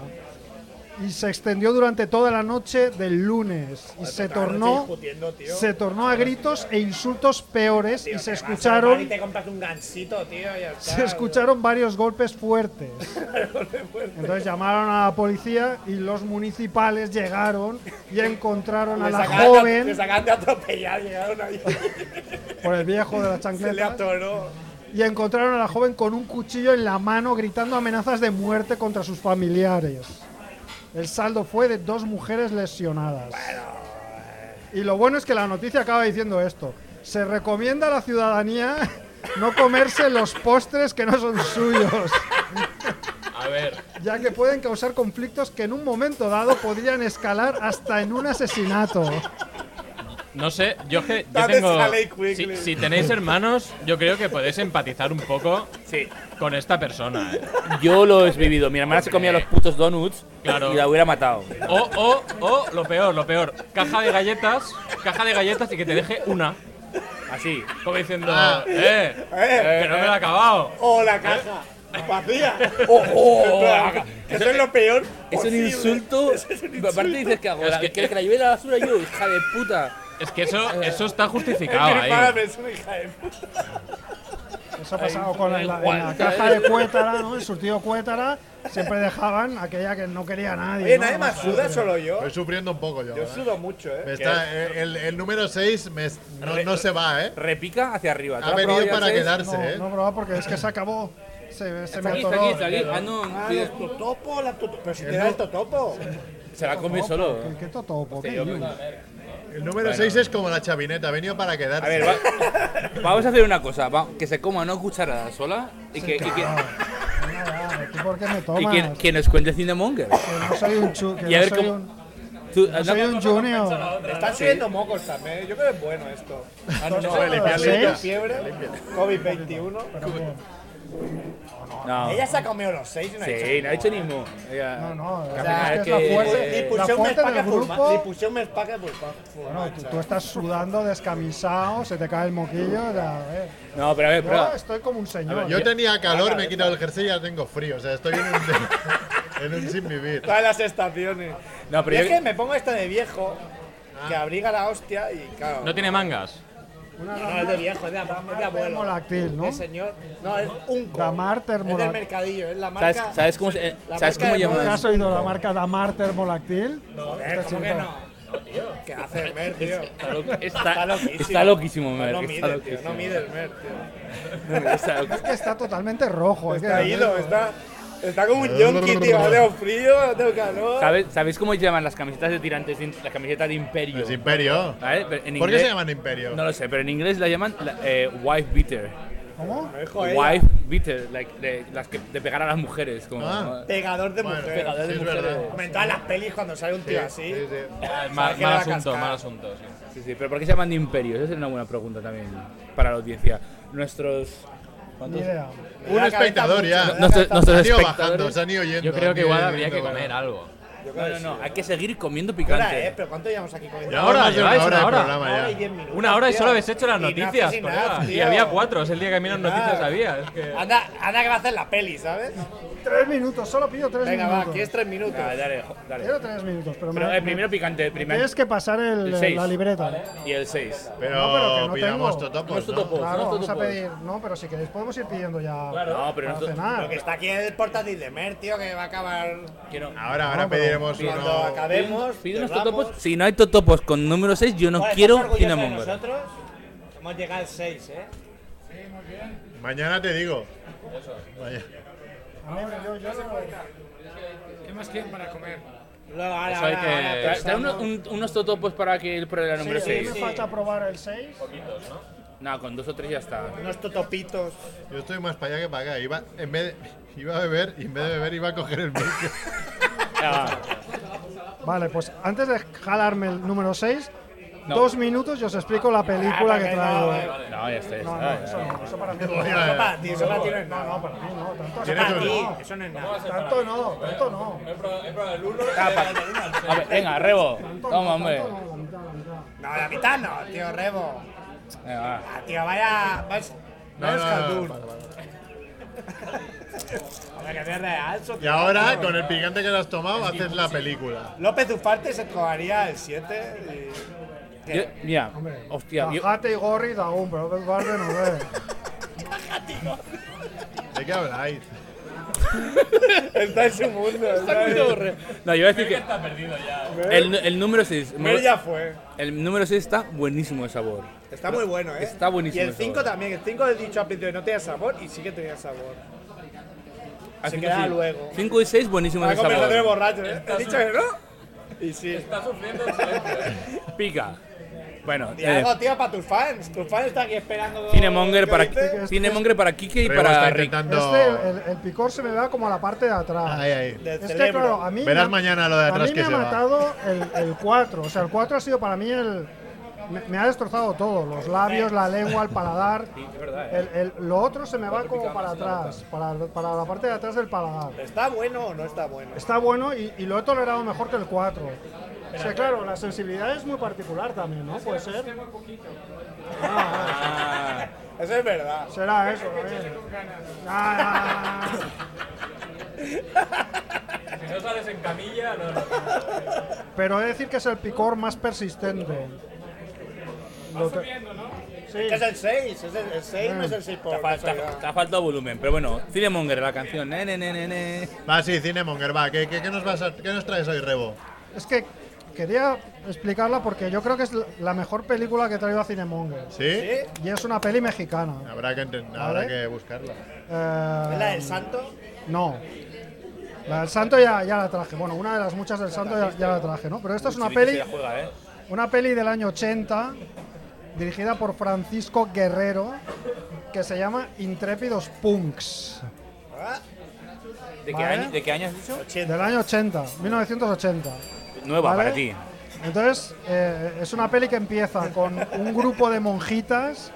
S3: y se extendió durante toda la noche del lunes y se
S6: toda la noche
S3: tornó
S6: discutiendo, tío.
S3: se tornó a gritos e insultos peores
S6: Tío,
S3: y se
S6: te vas al bar Y
S3: escucharon
S6: te compras un gansito, tío, y ya está.
S3: se escucharon varios golpes fuertes. Entonces llamaron a la policía y los municipales llegaron y encontraron a
S6: Le
S3: la
S6: sacaban de-
S3: joven
S6: Le sacaban de atropellar, llegaron ahí.
S3: por el viejo de la
S6: Se le
S3: chancleta
S6: atoró.
S3: y encontraron a la joven con un cuchillo en la mano gritando amenazas de muerte contra sus familiares. El saldo fue de dos mujeres lesionadas. Y lo bueno es que la noticia acaba diciendo esto. Se recomienda a la ciudadanía no comerse los postres que no son suyos,
S11: A ver,
S3: ya que pueden causar conflictos que en un momento dado podrían escalar hasta en un asesinato.
S11: no sé, yo, que, yo
S6: Dame
S11: tengo.
S6: Sally Quigley.
S11: Si, si tenéis hermanos, yo creo que podéis empatizar un poco
S4: Sí.
S11: con esta persona. ¿eh?
S4: Yo lo he vivido. Mi hermana se comía los putos donuts
S11: Claro.
S4: y la hubiera matado.
S11: O, o, o, lo peor, lo peor, caja de galletas, caja de galletas y que te deje una.
S4: Así.
S11: Como diciendo,
S5: Ah.
S11: eh,
S6: Eh,
S11: que no me lo he acabado.
S6: ¡Oh, la caja! ¡Vacía! ¡Oh, oh!
S4: la
S6: oh eso es lo peor.
S4: Es un
S6: posible.
S4: insulto.
S6: Eso es un
S4: Aparte
S6: insulto.
S4: dices que hago.
S11: Es
S4: la-
S11: que-
S4: ¿Quieres que la lleve a la basura yo? Hija de puta.
S11: Es que eso, eso está
S6: Es
S11: justificado
S6: mi hermana,
S11: ahí.
S6: pero es una hija de puta.
S3: Eso ha pasado con la, en la
S4: igual,
S3: caja de Cuétara, ¿no? El surtido Cuétara siempre dejaban aquella que no quería a nadie.
S6: Oye,
S3: ¿no?
S6: nadie más suda, solo yo.
S5: Estoy sufriendo un poco yo.
S6: Yo
S5: ¿eh?
S6: sudo mucho,
S5: Me
S6: ¿eh?
S5: está- el, el número 6 no, no se va, ¿eh?
S4: Repica hacia arriba. ¿Tú
S5: Ha
S4: la has
S5: venido
S4: probado ya,
S5: para
S4: Cés?
S5: quedarse,
S3: No,
S5: ¿eh?
S3: no, bro, porque es que se acabó. Se, se me
S4: Está aquí,
S3: atoró.
S4: está aquí, está aquí. Ah, no. no
S6: Ah,
S4: pides-
S6: los totopos, la totopo. Pero si te da el totopo.
S4: Se la come
S3: Totopo,
S4: solo.
S3: ¿Qué, qué totopo? ¿Qué
S4: yo-
S3: niño?
S5: El número 6 es como la chavineta, ha venido para quedarse.
S4: A ver, va- vamos a hacer una cosa. va- que se coma no cucharadas sola y que, y que,
S3: Venga, ya, ¿Tú por qué me
S4: y
S3: tomas?
S4: que- que nos cuente Cinemonger.
S3: Que no soy un chu, que
S4: Y a
S3: no
S4: ver
S3: soy
S4: cómo-
S3: un,
S4: Tú- ah,
S3: no soy un junior.
S6: Me están subiendo mocos también. Yo creo que es bueno esto.
S4: Ah, no,
S6: Tos-
S3: limpiar,
S6: tos-
S3: limpiar.
S6: Fiebre, COVID-21.
S4: No.
S6: Ella se ha comido los seis y no ha dicho
S4: Ah. Sí, no ha
S6: nada.
S4: hecho ni mo. Ella-
S3: No,
S4: Que
S3: no, o
S4: al
S3: sea,
S4: final
S3: es que
S4: que-
S3: es la
S6: Li
S3: fuerte,
S4: eh,
S3: la
S6: puse un
S3: fuerte
S6: espaca
S3: del
S6: fulma- Li
S3: grupo.
S6: puse un espaca fulma-
S3: Bueno, tú,
S6: fulmacha.
S3: tú estás sudando, descamisado, se te cae el moquillo. ya, a ver.
S4: No, pero a ver,
S3: Yo
S4: pero.
S3: estoy como un señor.
S5: Yo tenía calor, me he quitado el jersey y ya tengo frío. O sea, estoy en un, en un sin vivir.
S6: Todas las estaciones.
S4: No, pero
S6: Y
S4: yo- Ah.
S6: es que me pongo esta de viejo, que abriga la hostia y claro.
S11: No tiene mangas.
S6: No, no, es de viejo, es de, ab- es de abuelo.
S3: Termolactil, Ah, ¿no? Ah,
S6: Es señor. No, es un
S3: Damar
S6: Es del
S3: Termolac-
S6: mercadillo, es la marca.
S4: ¿Sabes, sabes cómo, se- eh,
S6: la
S4: ¿sabes
S6: marca
S4: cómo
S6: de
S3: ¿Nunca
S4: llaman?
S3: has oído la marca Damar Termolactil?
S6: Joder, ¿cómo que no?
S9: No, tío.
S6: ¿Qué hace Mer, tío?
S4: Está loco- está- está loquísimo, Mer,
S6: No
S4: está
S6: mide, tío.
S4: loquísimo.
S6: No mide el Mer, tío.
S4: No, está
S3: Es que está totalmente rojo. es
S6: Está
S3: que-
S6: ido, está, está como un yonki, tío. Ha tenido frío, ha tenido calor.
S4: ¿Sabes, ¿Sabéis cómo llaman las camisetas de tirantes? de- La camiseta de Imperio.
S5: Es Imperio.
S4: ¿Vale? Pero en
S5: Pues ¿Por qué se
S4: inglés-
S5: llaman Imperio?
S4: No lo sé, pero en inglés la llaman la- eh, wife beater.
S3: ¿Cómo?
S6: Pues
S4: Wife beater, like, de, las que, de pegar a las mujeres. Como,
S5: Ah.
S6: Pegador de
S4: Bueno,
S6: mujeres.
S4: pegador de eh. Sí, es mujeres. verdad.
S6: Como en todas las pelis cuando sale un tío así.
S11: Ah,
S6: ¿sabes
S11: mal,
S6: que
S11: mal
S6: le va a
S11: asunto,
S6: cascar?
S11: mal asunto, sí.
S4: Sí, sí, pero ¿por qué se llaman de Imperio? Esa es una buena pregunta también para la audiencia. Nuestros. ¿Cuántos?
S3: Ni idea.
S5: Un espectador ya.
S4: No, nuestros- nuestros
S5: se han ido
S4: espectadores.
S5: bajando, se han ido yendo.
S11: Yo creo que
S5: han ido
S11: igual habría
S5: yendo,
S11: que
S5: bueno.
S11: comer algo.
S6: Yo creo
S4: No, no,
S6: que
S4: no,
S6: sí.
S4: hay que seguir comiendo
S6: ¿Qué hora es?
S4: picante.
S6: eh, ¿Pero cuánto llevamos aquí comiendo?
S5: Ya ahora,
S11: Una
S5: ya
S11: hora,
S5: una hora
S11: una
S5: de
S11: hora.
S5: programa
S6: Una hora y
S5: ya.
S6: diez minutos,
S11: Una hora y
S6: tío.
S11: solo habéis hecho las
S6: Y nada,
S11: noticias,
S6: sin
S11: colega.
S6: nada,
S11: Y
S6: tío.
S11: había cuatro, es el día que menos noticias había. Es que...
S6: Anda, anda que va a hacer la peli, ¿sabes?
S3: Tres minutos, solo pido tres
S6: Venga, va,
S3: minutos.
S6: aquí eh, es tres minutos.
S4: Dale, dale, jo-
S3: Quiero
S4: dale.
S3: tres minutos, pero,
S4: Pero
S3: me,
S4: el primero picante, el primero.
S3: tienes que pasar el-
S4: El seis.
S3: la libreta.
S4: Y el 6.
S3: No, pero que
S5: Pero
S3: no
S5: pidamos
S3: tengo.
S5: totopos,
S4: No es
S5: ¿no?
S4: totopo.
S3: Claro,
S4: no,
S3: vamos a
S4: tú puedes.
S3: pedir. No, pero si queréis podemos ir pidiendo ya
S4: No, pero
S3: para
S4: nosotros-
S6: Lo
S3: cenar.
S6: que está aquí es el portátil de Mer, tío, que va a acabar.
S4: Que no.
S5: Ahora, ahora
S3: No, pero-
S5: pediremos
S6: Cuando
S5: uno.
S6: acabemos.
S4: Pide unos
S6: cerramos.
S4: totopos. Si no hay totopos con número 6, yo no
S8: Bueno, ¿estás
S4: quiero
S8: orgulloso de
S4: Cinnamon Roll.
S8: nosotros? Hemos llegado al 6, ¿eh?
S5: Mañana te digo. Maña-
S10: ¿Qué más quieren para comer?
S8: Luego, ahora,
S11: Eso hay
S8: ahora,
S11: que-
S8: ahora,
S4: Tra-
S8: pues,
S4: trae uno- un- unos totopos para que el pruebe la número
S3: Sí, a mí me
S4: 6.
S3: falta probar el 6.
S4: No, con dos o tres ya está.
S6: Unos totopitos.
S5: Yo estoy más para allá que para acá. Iba, en vez de- iba a beber y en vez de beber iba a coger el micro.
S4: Ya va.
S3: Vale, pues antes de jalarme el número 6, dos minutos y os explico la película
S6: Ah,
S3: que traigo.
S4: Ah,
S3: Ah,
S4: No, ya está. ya
S3: No,
S4: está,
S3: no,
S4: ya
S3: eso
S4: está.
S3: no, eso para mí.
S5: Voy
S3: no.
S5: a-
S6: Eso para ti, eso para ti no es
S3: No,
S6: nada.
S3: no, para mí no, tanto
S5: Tienes
S6: Para ti,
S3: no.
S6: eso no es nada.
S3: Tanto no, tanto no.
S4: A ver, venga, rebo.
S3: Tanto
S4: Toma,
S3: no,
S4: hombre.
S3: tanto no, la mitad, la mitad.
S6: No, la mitad no, tío, Rebo.
S4: Venga, va.
S6: Ah, tío, vaya. Vas,
S5: No, no, no, no,
S6: Jaldún.
S5: vale, vale.
S6: Hombre, que es real,
S5: Y ahora, con el picante que lo has tomado, haces la película.
S6: López Ufarte se cobraría el 7. Y...
S4: Yo- mira,
S3: Hombre,
S4: hostia, yo-
S3: Bajate y gorri da un, pero del barrio no ve.
S5: ¿De qué habláis?
S6: Está en su mundo. ¿sabes?
S4: No, yo iba a decir que. El, nu- el número 6.
S6: Mer ya fue.
S4: El número 6 está buenísimo de sabor.
S6: Está muy bueno, ¿eh?
S4: Está buenísimo
S6: Y el
S4: el
S6: 5
S4: sabor.
S6: también. El 5 he dicho al principio no tenía sabor y sí que tenía sabor.
S4: Así
S6: Se
S4: que
S6: queda
S4: sí.
S6: luego.
S4: 5 y 6, buenísimo
S6: La
S4: de
S6: conversación de
S4: sabor.
S6: borracho, ¿eh? He dicho que no. Y sí.
S4: Pica. Bueno,
S6: Y
S4: eh,
S6: algo, tío, para tus fans. Tus fans están aquí esperando.
S4: Cinemonger
S6: ¿Qué
S4: para,
S6: dices?
S4: Cinemonger para Kike y
S5: Rebo está
S4: para Rick.
S5: intentando.
S3: Este, el, el picor se me va como a la parte de atrás.
S5: Ahí, ahí.
S6: Del
S3: Es que
S6: cerebro.
S3: claro, a mí.
S5: Verás
S3: me-
S5: mañana lo de
S3: A
S5: atrás
S3: mí
S5: que
S3: me ha
S5: se va.
S3: matado el 4. O sea, el 4 ha sido para mí el. Me, me ha destrozado todo: los labios, la lengua, el paladar. El, el- lo otro se me va como para atrás, para, para la parte de atrás del paladar.
S6: ¿Está bueno o no está bueno?
S3: Está bueno y, y lo he tolerado mejor que el 4. O sea, claro, la sensibilidad es muy particular también, ¿no? Puede ser. Ah,
S4: Ah,
S6: Eso es verdad.
S3: ah, será eso. también. Ah, ah, ah.
S11: Si no sales en camilla, no.
S3: Pero he de decir que es el picor más persistente. Lo que-
S6: Que es
S3: Sí.
S6: el 6. El 6 no es el 6
S4: te
S6: por
S4: ha falta- te
S6: casualidad.
S4: ha faltado volumen, pero bueno, Cinemonger, la canción. Ne, ne, ne, ne, ne.
S5: Va, sí, Cinemonger, va. ¿Qué, qué, qué nos vas a- qué nos traes hoy, Rebo?
S3: Es que quería explicarla porque yo creo que es la mejor película que he traído a Cinemonger.
S5: ¿Sí?
S6: ¿Sí?
S3: Y es una peli mexicana.
S5: Habrá que, enten- habrá
S3: Vale.
S5: que buscarla.
S3: Eh,
S6: ¿Es la del santo?
S3: No. La del santo ya, ya la traje. Bueno, una de las muchas del santo ya, ya la traje, ¿no? Pero esta es una
S4: Chivito se
S3: peli,
S4: la juega, ¿eh?
S3: una peli del año 80, dirigida por Francisco Guerrero, que se llama Intrépidos Punks.
S6: ¿Ah?
S4: ¿De, qué
S3: Vale.
S4: año, ¿De qué año has dicho?
S6: 80.
S3: Del año 80, 1980.
S4: Nueva
S3: ¿Vale?
S4: para ti.
S3: Entonces, eh, es una peli que empieza con un grupo de monjitas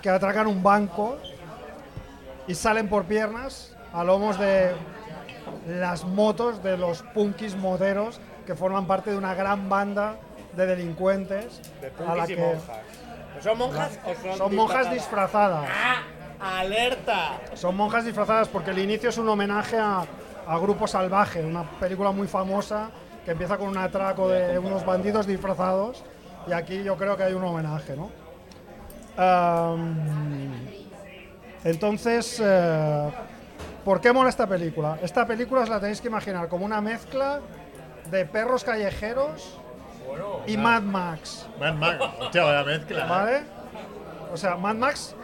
S3: que atracan un banco y salen por piernas a lomos de las motos de los punkis moderos que forman parte de una gran banda de delincuentes.
S6: De
S3: a la
S6: punkis y
S3: que-
S6: monjas. ¿Son monjas o son
S3: Son monjas
S6: disfrazadas?
S3: disfrazadas.
S6: ¡Ah! ¡Alerta!
S3: Son monjas disfrazadas porque el inicio es un homenaje a, a Grupo Salvaje, una película muy famosa que empieza con un atraco de unos bandidos disfrazados y aquí yo creo que hay un homenaje, ¿no? Am, entonces, eh, ¿por qué mola esta película? Esta película os la tenéis que imaginar como una mezcla de perros callejeros y Mad Max.
S5: Mad Max, hostia, vaya mezcla.
S3: ¿Vale? O sea, Mad Max,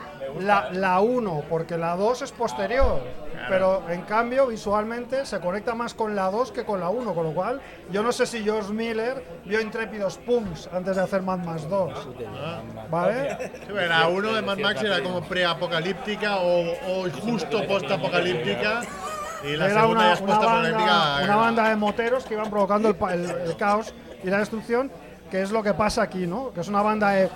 S3: la, la 1, porque la 2 es posterior. Pero en cambio, visualmente se conecta más con la 2 que con la 1, con lo cual yo no sé si George Miller vio Intrépidos Punks antes de hacer Mad Max 2. ¿Vale?
S5: Sí, pero la 1 de Mad Max era como preapocalíptica o, o justo postapocalíptica. Y la segunda
S3: Era
S5: ya
S3: una,
S5: es
S3: una banda,
S5: postapocalíptica. eh,
S3: una banda de moteros que iban provocando el, pa- el- el caos y la destrucción, que es lo que pasa aquí, ¿no? Que es una banda de,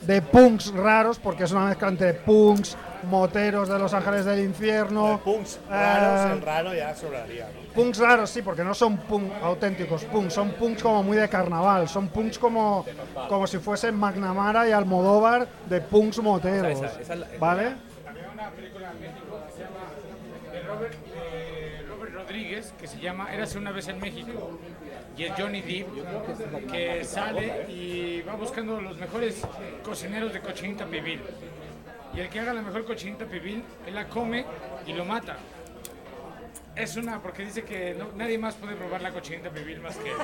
S3: de punks raros, porque es una mezcla entre punks, moteros de Los Ángeles del Infierno. Punks
S6: Raro, el raro ya sobraría. ¿no?
S3: Punks raros, sí, porque no son punk auténticos punks, son punks como muy de carnaval, son punks como, como si fuesen McNamara y Almodóvar de punks moteros.
S7: Esa- esa es la-
S3: ¿Vale?
S10: Había una película en México que se llama de Robert, de Robert Rodríguez que se llama Érase una vez en México y es Johnny Depp que sale y va buscando los mejores cocineros de cochinita pibil y el que haga la mejor cochinita pibil él la come y lo mata es una porque dice que no- nadie más puede probar la cochinita pibil más que él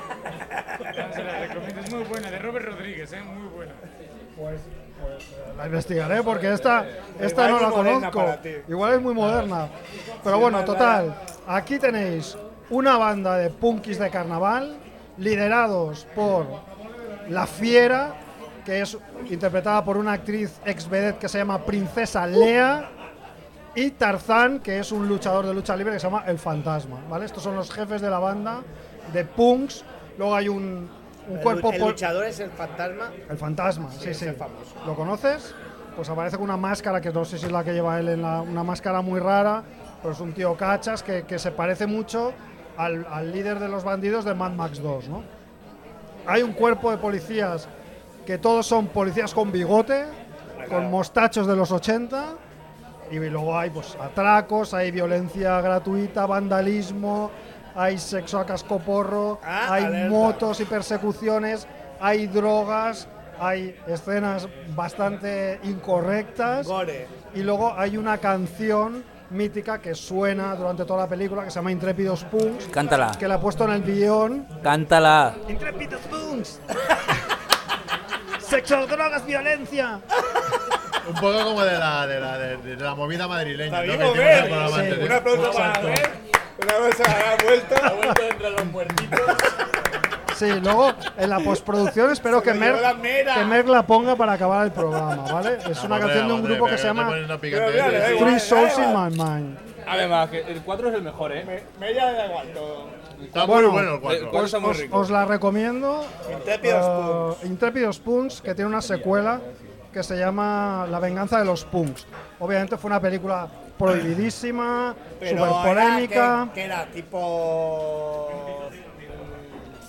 S10: Entonces, se la recomiendo es muy buena de Robert Rodríguez ¿eh? muy buena
S3: La investigaré porque esta, esta
S10: Igual
S3: no
S10: es
S3: la
S10: moderna
S3: conozco.
S10: para ti.
S3: Igual es muy moderna. Pero
S10: Sí,
S3: bueno,
S10: más
S3: total. Aquí tenéis una banda de punkis de carnaval liderados por La Fiera, que es interpretada por una actriz ex vedette que se llama Princesa
S10: Uh.
S3: Lea. Y Tarzán, que es un luchador de lucha libre que se llama El Fantasma. ¿vale? Estos son los jefes de la banda de punks. Luego hay un, un
S6: El-
S3: cuerpo
S6: el,
S3: pol-
S6: luchador es el fantasma.
S3: el fantasma, sí, sí.
S6: ese famoso.
S3: ¿Lo conoces? Pues aparece con una máscara que no sé si es la que lleva él en la. Una máscara muy rara, pero es un tío cachas que, que se parece mucho al, al líder de los bandidos de Mad Max 2, ¿no? Hay un cuerpo de policías que todos son policías con bigote, con mostachos de los 80, y luego hay pues atracos, hay violencia gratuita, vandalismo, hay sexo a cascoporro, hay
S6: Ah, alerta.
S3: motos y persecuciones, hay drogas, hay escenas bastante incorrectas. Y luego hay una canción mítica que suena durante toda la película que se llama Intrépidos Punks.
S4: Cántala.
S3: Que la he puesto en el guión.
S4: Cántala.
S3: Intrépidos Punks. Sexo, drogas, violencia.
S5: Un poco como de la, de la, de, de la movida madrileña. ¿no? Que
S6: David
S5: hicimos
S6: Ober,
S5: el programa ¿eh?
S6: sí.
S5: anterior.
S6: Un aplauso para
S5: Exacto.
S6: Abel. Una vez ha vuelto. Ha vuelto
S9: entre los muertitos.
S3: Sí, luego en la postproducción espero que
S6: Se lo llevó
S3: Mer,
S6: la mera.
S3: que Mer la ponga para acabar el programa, ¿vale? Es una
S4: hombre,
S3: canción de un
S4: hombre,
S3: grupo que
S4: pero
S3: se
S4: te
S3: llama
S4: pones una picante. Pero
S5: ¿eh?
S4: mira, le da
S3: Three
S4: igual,
S3: Souls
S4: le
S3: in
S4: da
S3: My Mind.
S4: Además, que el 4 es el mejor, ¿eh?
S6: Me ya da igual todo.
S4: cuatro está muy
S3: os,
S4: rico.
S3: os la recomiendo.
S6: Intrépidos
S3: eh, Intrépidos Punks, que tiene una secuela que se llama La venganza de los punks. Obviamente fue una película prohibidísima,
S6: Pero
S3: súper polémica.
S6: Era que, que era tipo. mm,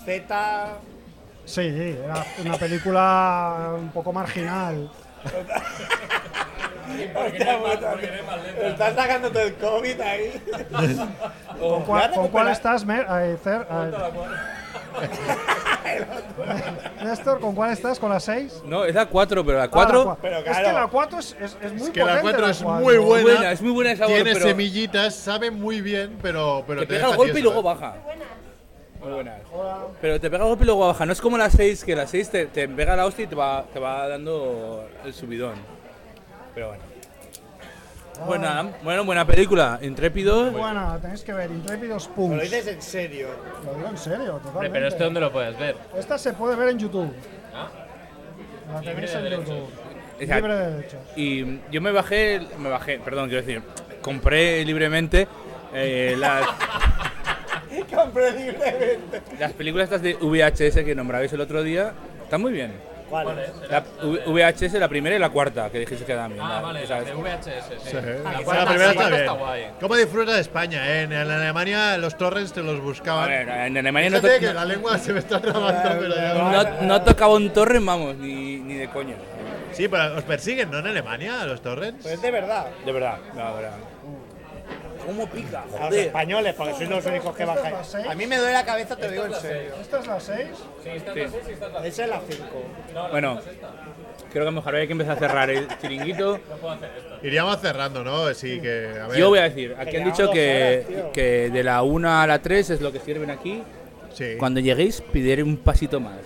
S6: Z.
S3: Sí, era una película un poco marginal.
S6: Hostia, puta. Estás sacando todo el COVID ahí.
S3: ¿Con cuál, con cuál estás, Mer? Ay, Cer- ay. Néstor, ¿con cuál estás? ¿Con la 6?
S4: No, es la 4, pero la 4.
S3: Es que Ah, la 4 es, es, es muy
S5: Es que la
S3: potente,
S5: 4 es
S3: cuatro.
S5: muy buena.
S4: es muy buena esa sabor,
S5: Tiene
S4: pero-
S5: semillitas, sabe muy bien, pero. pero
S4: Te pega
S5: deja
S4: el golpe y
S5: tieso,
S4: luego
S5: ¿eh?
S4: baja. Muy buenas. Pero te pega el golpe y luego baja. No es como la 6, que la 6 te, te pega la hostia y te va, te va dando el subidón. Pero bueno. Buena, bueno, buena película. Intrépido.
S3: Muy buena, la tenéis que ver. Intrépidos
S6: Pero
S3: Punks.
S6: lo dices en serio.
S3: Lo digo en serio, totalmente.
S11: Pero este, ¿dónde lo puedes ver?
S3: Esta se puede ver en YouTube.
S5: ¿Ah?
S3: La
S11: Libre
S3: tenéis
S11: de
S3: en
S11: derechos.
S3: YouTube.
S4: O sea,
S3: Libre de derechos.
S4: Y yo me bajé, me bajé, perdón, quiero decir, compré libremente eh, las,
S6: Compré libremente.
S4: las películas estas de VHS que nombrabais el otro día. Están muy bien.
S6: ¿Cuál es?
S4: La V- VHS, la primera y la cuarta, que dijiste que dan bien.
S11: Ah,
S4: la-
S11: vale,
S4: esas-
S11: las de VHS.
S5: Sí.
S11: Sí.
S9: Ah,
S5: La,
S11: cuarta-
S5: primera está
S11: cuarta
S5: bien.
S11: guay.
S5: ¿Cómo disfrutas de España? eh? En, en Alemania los torres te los buscaban.
S4: A ver, en Alemania no
S5: Fíjate
S4: te-
S5: que la lengua se me está trabando, pero ya
S4: No, no tocaba un torre, vamos, ni, ni de coño.
S5: Sí, pero os persiguen, ¿no? En Alemania, a los torrents.
S6: Pues de verdad.
S4: De verdad, la verdad.
S6: Uh.
S4: ¿Cómo pica?
S6: A los españoles, porque sois los únicos que bajáis. A mí me duele la cabeza, te lo digo en serio.
S3: ¿Esta es la 6?
S4: Sí.
S6: Esa es la 5.
S4: Bueno, creo que a lo mejor hay que empezar a cerrar el chiringuito.
S5: Iríamos cerrando, ¿no? Sí, que. A ver.
S4: Yo voy a decir, aquí han
S5: Llevamos
S4: dicho
S5: dos horas,
S4: que,
S5: tío.
S4: que de la 1 a la 3 es lo que sirven aquí.
S5: Sí.
S4: Cuando lleguéis, pidiré un pasito más.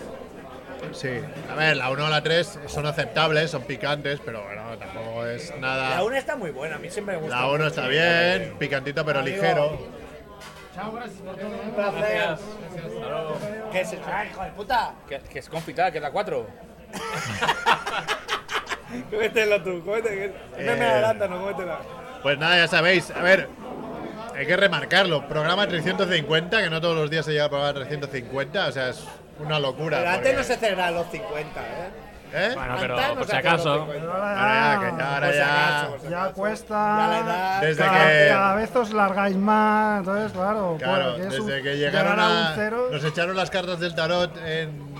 S5: Sí. A ver, la 1 o la 3 son aceptables, son picantes, pero bueno, tampoco es
S6: La
S5: nada.
S6: 1 está muy buena, a mí siempre me gusta.
S5: La 1 está bien, picantito pero
S6: Amigo.
S5: ligero.
S6: Chao, gracias por todo. Un placer. ¿Qué es eso? ¡Ay, hijo de puta!
S4: Que, que es confitada, que es la 4.
S6: Cómetelo tú, cómetelo. que-
S5: Eh.
S6: No me adelanta, no cómetela.
S5: Pues nada, ya sabéis. A ver, hay que remarcarlo. Programa 350, que no todos los días se llega al programa 350. O sea, es una locura.
S6: Pero antes
S5: porque-
S6: no se celebraba los 50, ¿eh?
S5: ¿Eh?
S6: Bueno, Pues pero Antes no por se si hacía acaso. los 50.
S5: Ahora ya, que ya, ahora
S6: Por si
S5: ya.
S6: acaso, por si
S3: Ya cuesta.
S6: la edad-
S5: Desde
S3: cada,
S5: que-
S3: cada vez os largáis más. Entonces, claro.
S5: Claro,
S3: pues, es un-
S5: desde que llegaron
S3: llegar
S5: a,
S3: un cero.
S5: nos echaron las cartas del tarot en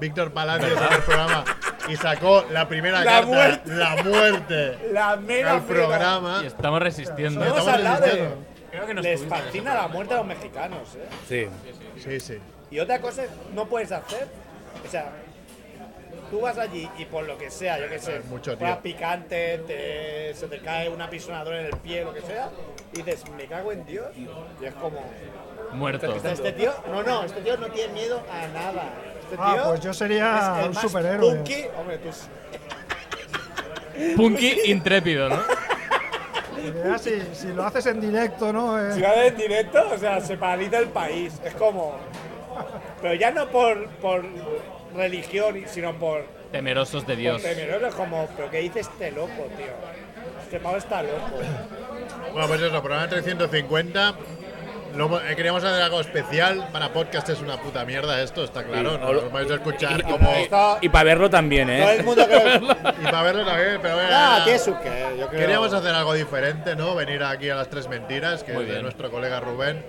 S5: Víctor Palacios en el programa y sacó la primera
S6: La
S5: carta,
S6: muerte.
S5: la muerte.
S6: La mera
S5: al
S6: mera.
S5: programa.
S11: Y estamos resistiendo.
S6: Hemos
S5: Estamos
S6: hablado de-
S5: resistiendo.
S6: Les fascina la muerte a los mexicanos, ¿eh?
S4: Sí.
S5: Sí, sí.
S6: Y otra cosa es, no puedes hacer. O sea, tú vas allí y por lo que sea, yo qué sé,
S5: mucho,
S6: fuera
S5: tío.
S6: picante, te- se te cae una pisonadora en el pie, lo que sea, y dices, me cago en Dios. Y es como.
S11: Muerto.
S6: "O sea, Este tío, no, no, este tío no tiene miedo a nada. Este
S3: Ah,
S6: tío
S3: pues yo sería
S6: es el
S3: un
S6: más
S3: superhéroe.
S6: punky- hombre, tú s-
S11: Punky intrépido, ¿no?
S3: Ya, si, si lo haces en directo, ¿no? Eh,
S6: Si lo haces en directo, o sea, se paraliza el país. Es como. Pero ya no por, por religión, sino por.
S11: Temerosos de Dios.
S6: por temeroso, es como, ¿pero qué dice este loco, tío? Este pavo está loco.
S5: Bueno, pues eso, programa 350. Lo hemos- eh, queríamos hacer algo especial. Para podcast es una puta mierda esto, está claro.
S4: Sí,
S5: no
S4: o lo-
S5: lo vais a escuchar
S4: y- y-
S5: como.
S4: Y para verlo también, ¿eh?
S6: Todo el mundo que.
S5: Y para verlo también, pero bueno.
S6: Ah, ¿qué es su qué? Yo creo.
S5: Queríamos hacer algo diferente, ¿no? Venir aquí a las tres mentiras, que
S11: Muy
S5: es de
S11: bien.
S5: nuestro colega Rubén.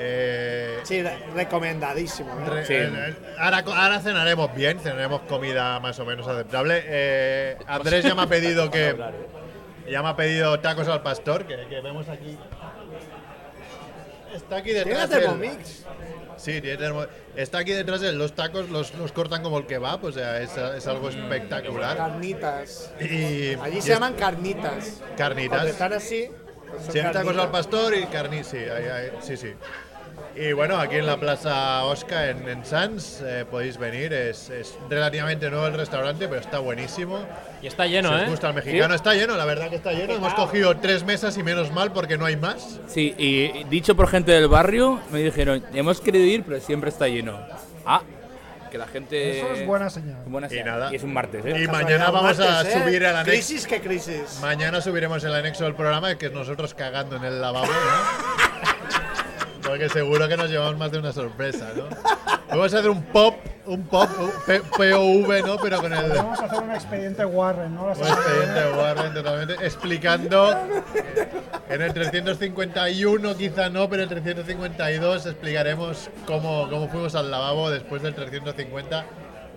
S5: Eh,
S6: Sí, re- recomendadísimo. ¿eh?
S5: Re-
S4: Sí.
S5: el- el- ahora, co- ahora cenaremos bien, cenaremos comida más o menos aceptable. Eh, Andrés ya me ha pedido que. Ya me ha pedido tacos al pastor, que, que vemos aquí. Está aquí
S6: Tiene
S5: detrás. el-
S6: Thermomix.
S5: Sí, tiene termo- Está aquí detrás de los tacos, los, los cortan como el kebab, o sea, es, es algo espectacular.
S6: Carnitas.
S5: Y,
S6: Allí
S5: y
S6: se
S5: es-
S6: llaman carnitas. Cuando
S5: carnitas.
S6: están así. pues son
S5: Sí, hay tacos
S6: carnitas.
S5: al pastor y carni, sí, ahí, ahí, sí, sí. Y bueno, aquí en la Plaza Osca, en, en Sans, eh, podéis venir. Es, es relativamente nuevo el restaurante, pero está buenísimo.
S11: Y está lleno,
S5: Si
S11: ¿eh?
S5: os gusta el mexicano,
S11: Sí.
S5: está lleno, la verdad que está lleno. Hemos cogido tres mesas y menos mal porque no hay más.
S4: Sí, y dicho por gente del barrio, me dijeron, hemos querido ir, pero siempre está lleno. Ah, que la gente...
S3: Eso es buena señal.
S4: buena
S5: Y
S4: señal.
S5: nada.
S4: Y es un martes, ¿eh?
S5: Y mañana vamos a
S6: Martes, ¿eh?
S5: subir al anexo.
S6: Crisis, ¿qué crisis?
S5: Pues Mañana subiremos el anexo del programa, que es nosotros cagando en el lavabo, ¿no? Porque seguro que nos llevamos más de una sorpresa, ¿no? Vamos a hacer un pop, un pop, un P- POV, ¿no? Pero con el.
S3: Podemos hacer un expediente Warren, ¿no? La
S5: Eh, Un
S3: semana que
S5: expediente
S3: viene.
S5: de Warren totalmente explicando en el 351 quizá no, pero en el 352 explicaremos cómo, cómo fuimos al lavabo después del 350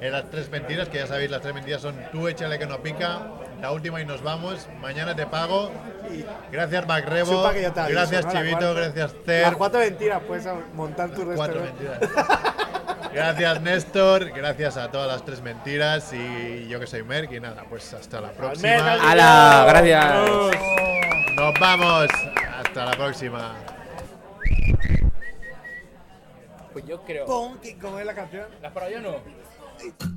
S5: en las tres mentiras, que ya sabéis las tres mentiras son tú échale que no pica, la última y nos vamos, mañana te pago, gracias Macrebo,
S6: Chupa que yo te aviso,
S5: gracias
S6: ¿no? La
S5: Chivito,
S6: cuarta.
S5: gracias
S6: Las
S5: Ter,
S6: cuatro mentiras puedes montar tu
S5: cuatro
S6: restaurante.
S5: mentiras. Gracias Néstor, gracias a todas las tres mentiras y yo que soy Merck y nada, pues hasta la próxima.
S6: Merck, al-
S4: ¡Hala! Gracias.
S5: Nos vamos. Hasta la próxima.
S4: Pues yo creo...
S6: Punky, ¿cómo es la canción?
S4: ¿Las para allá o no?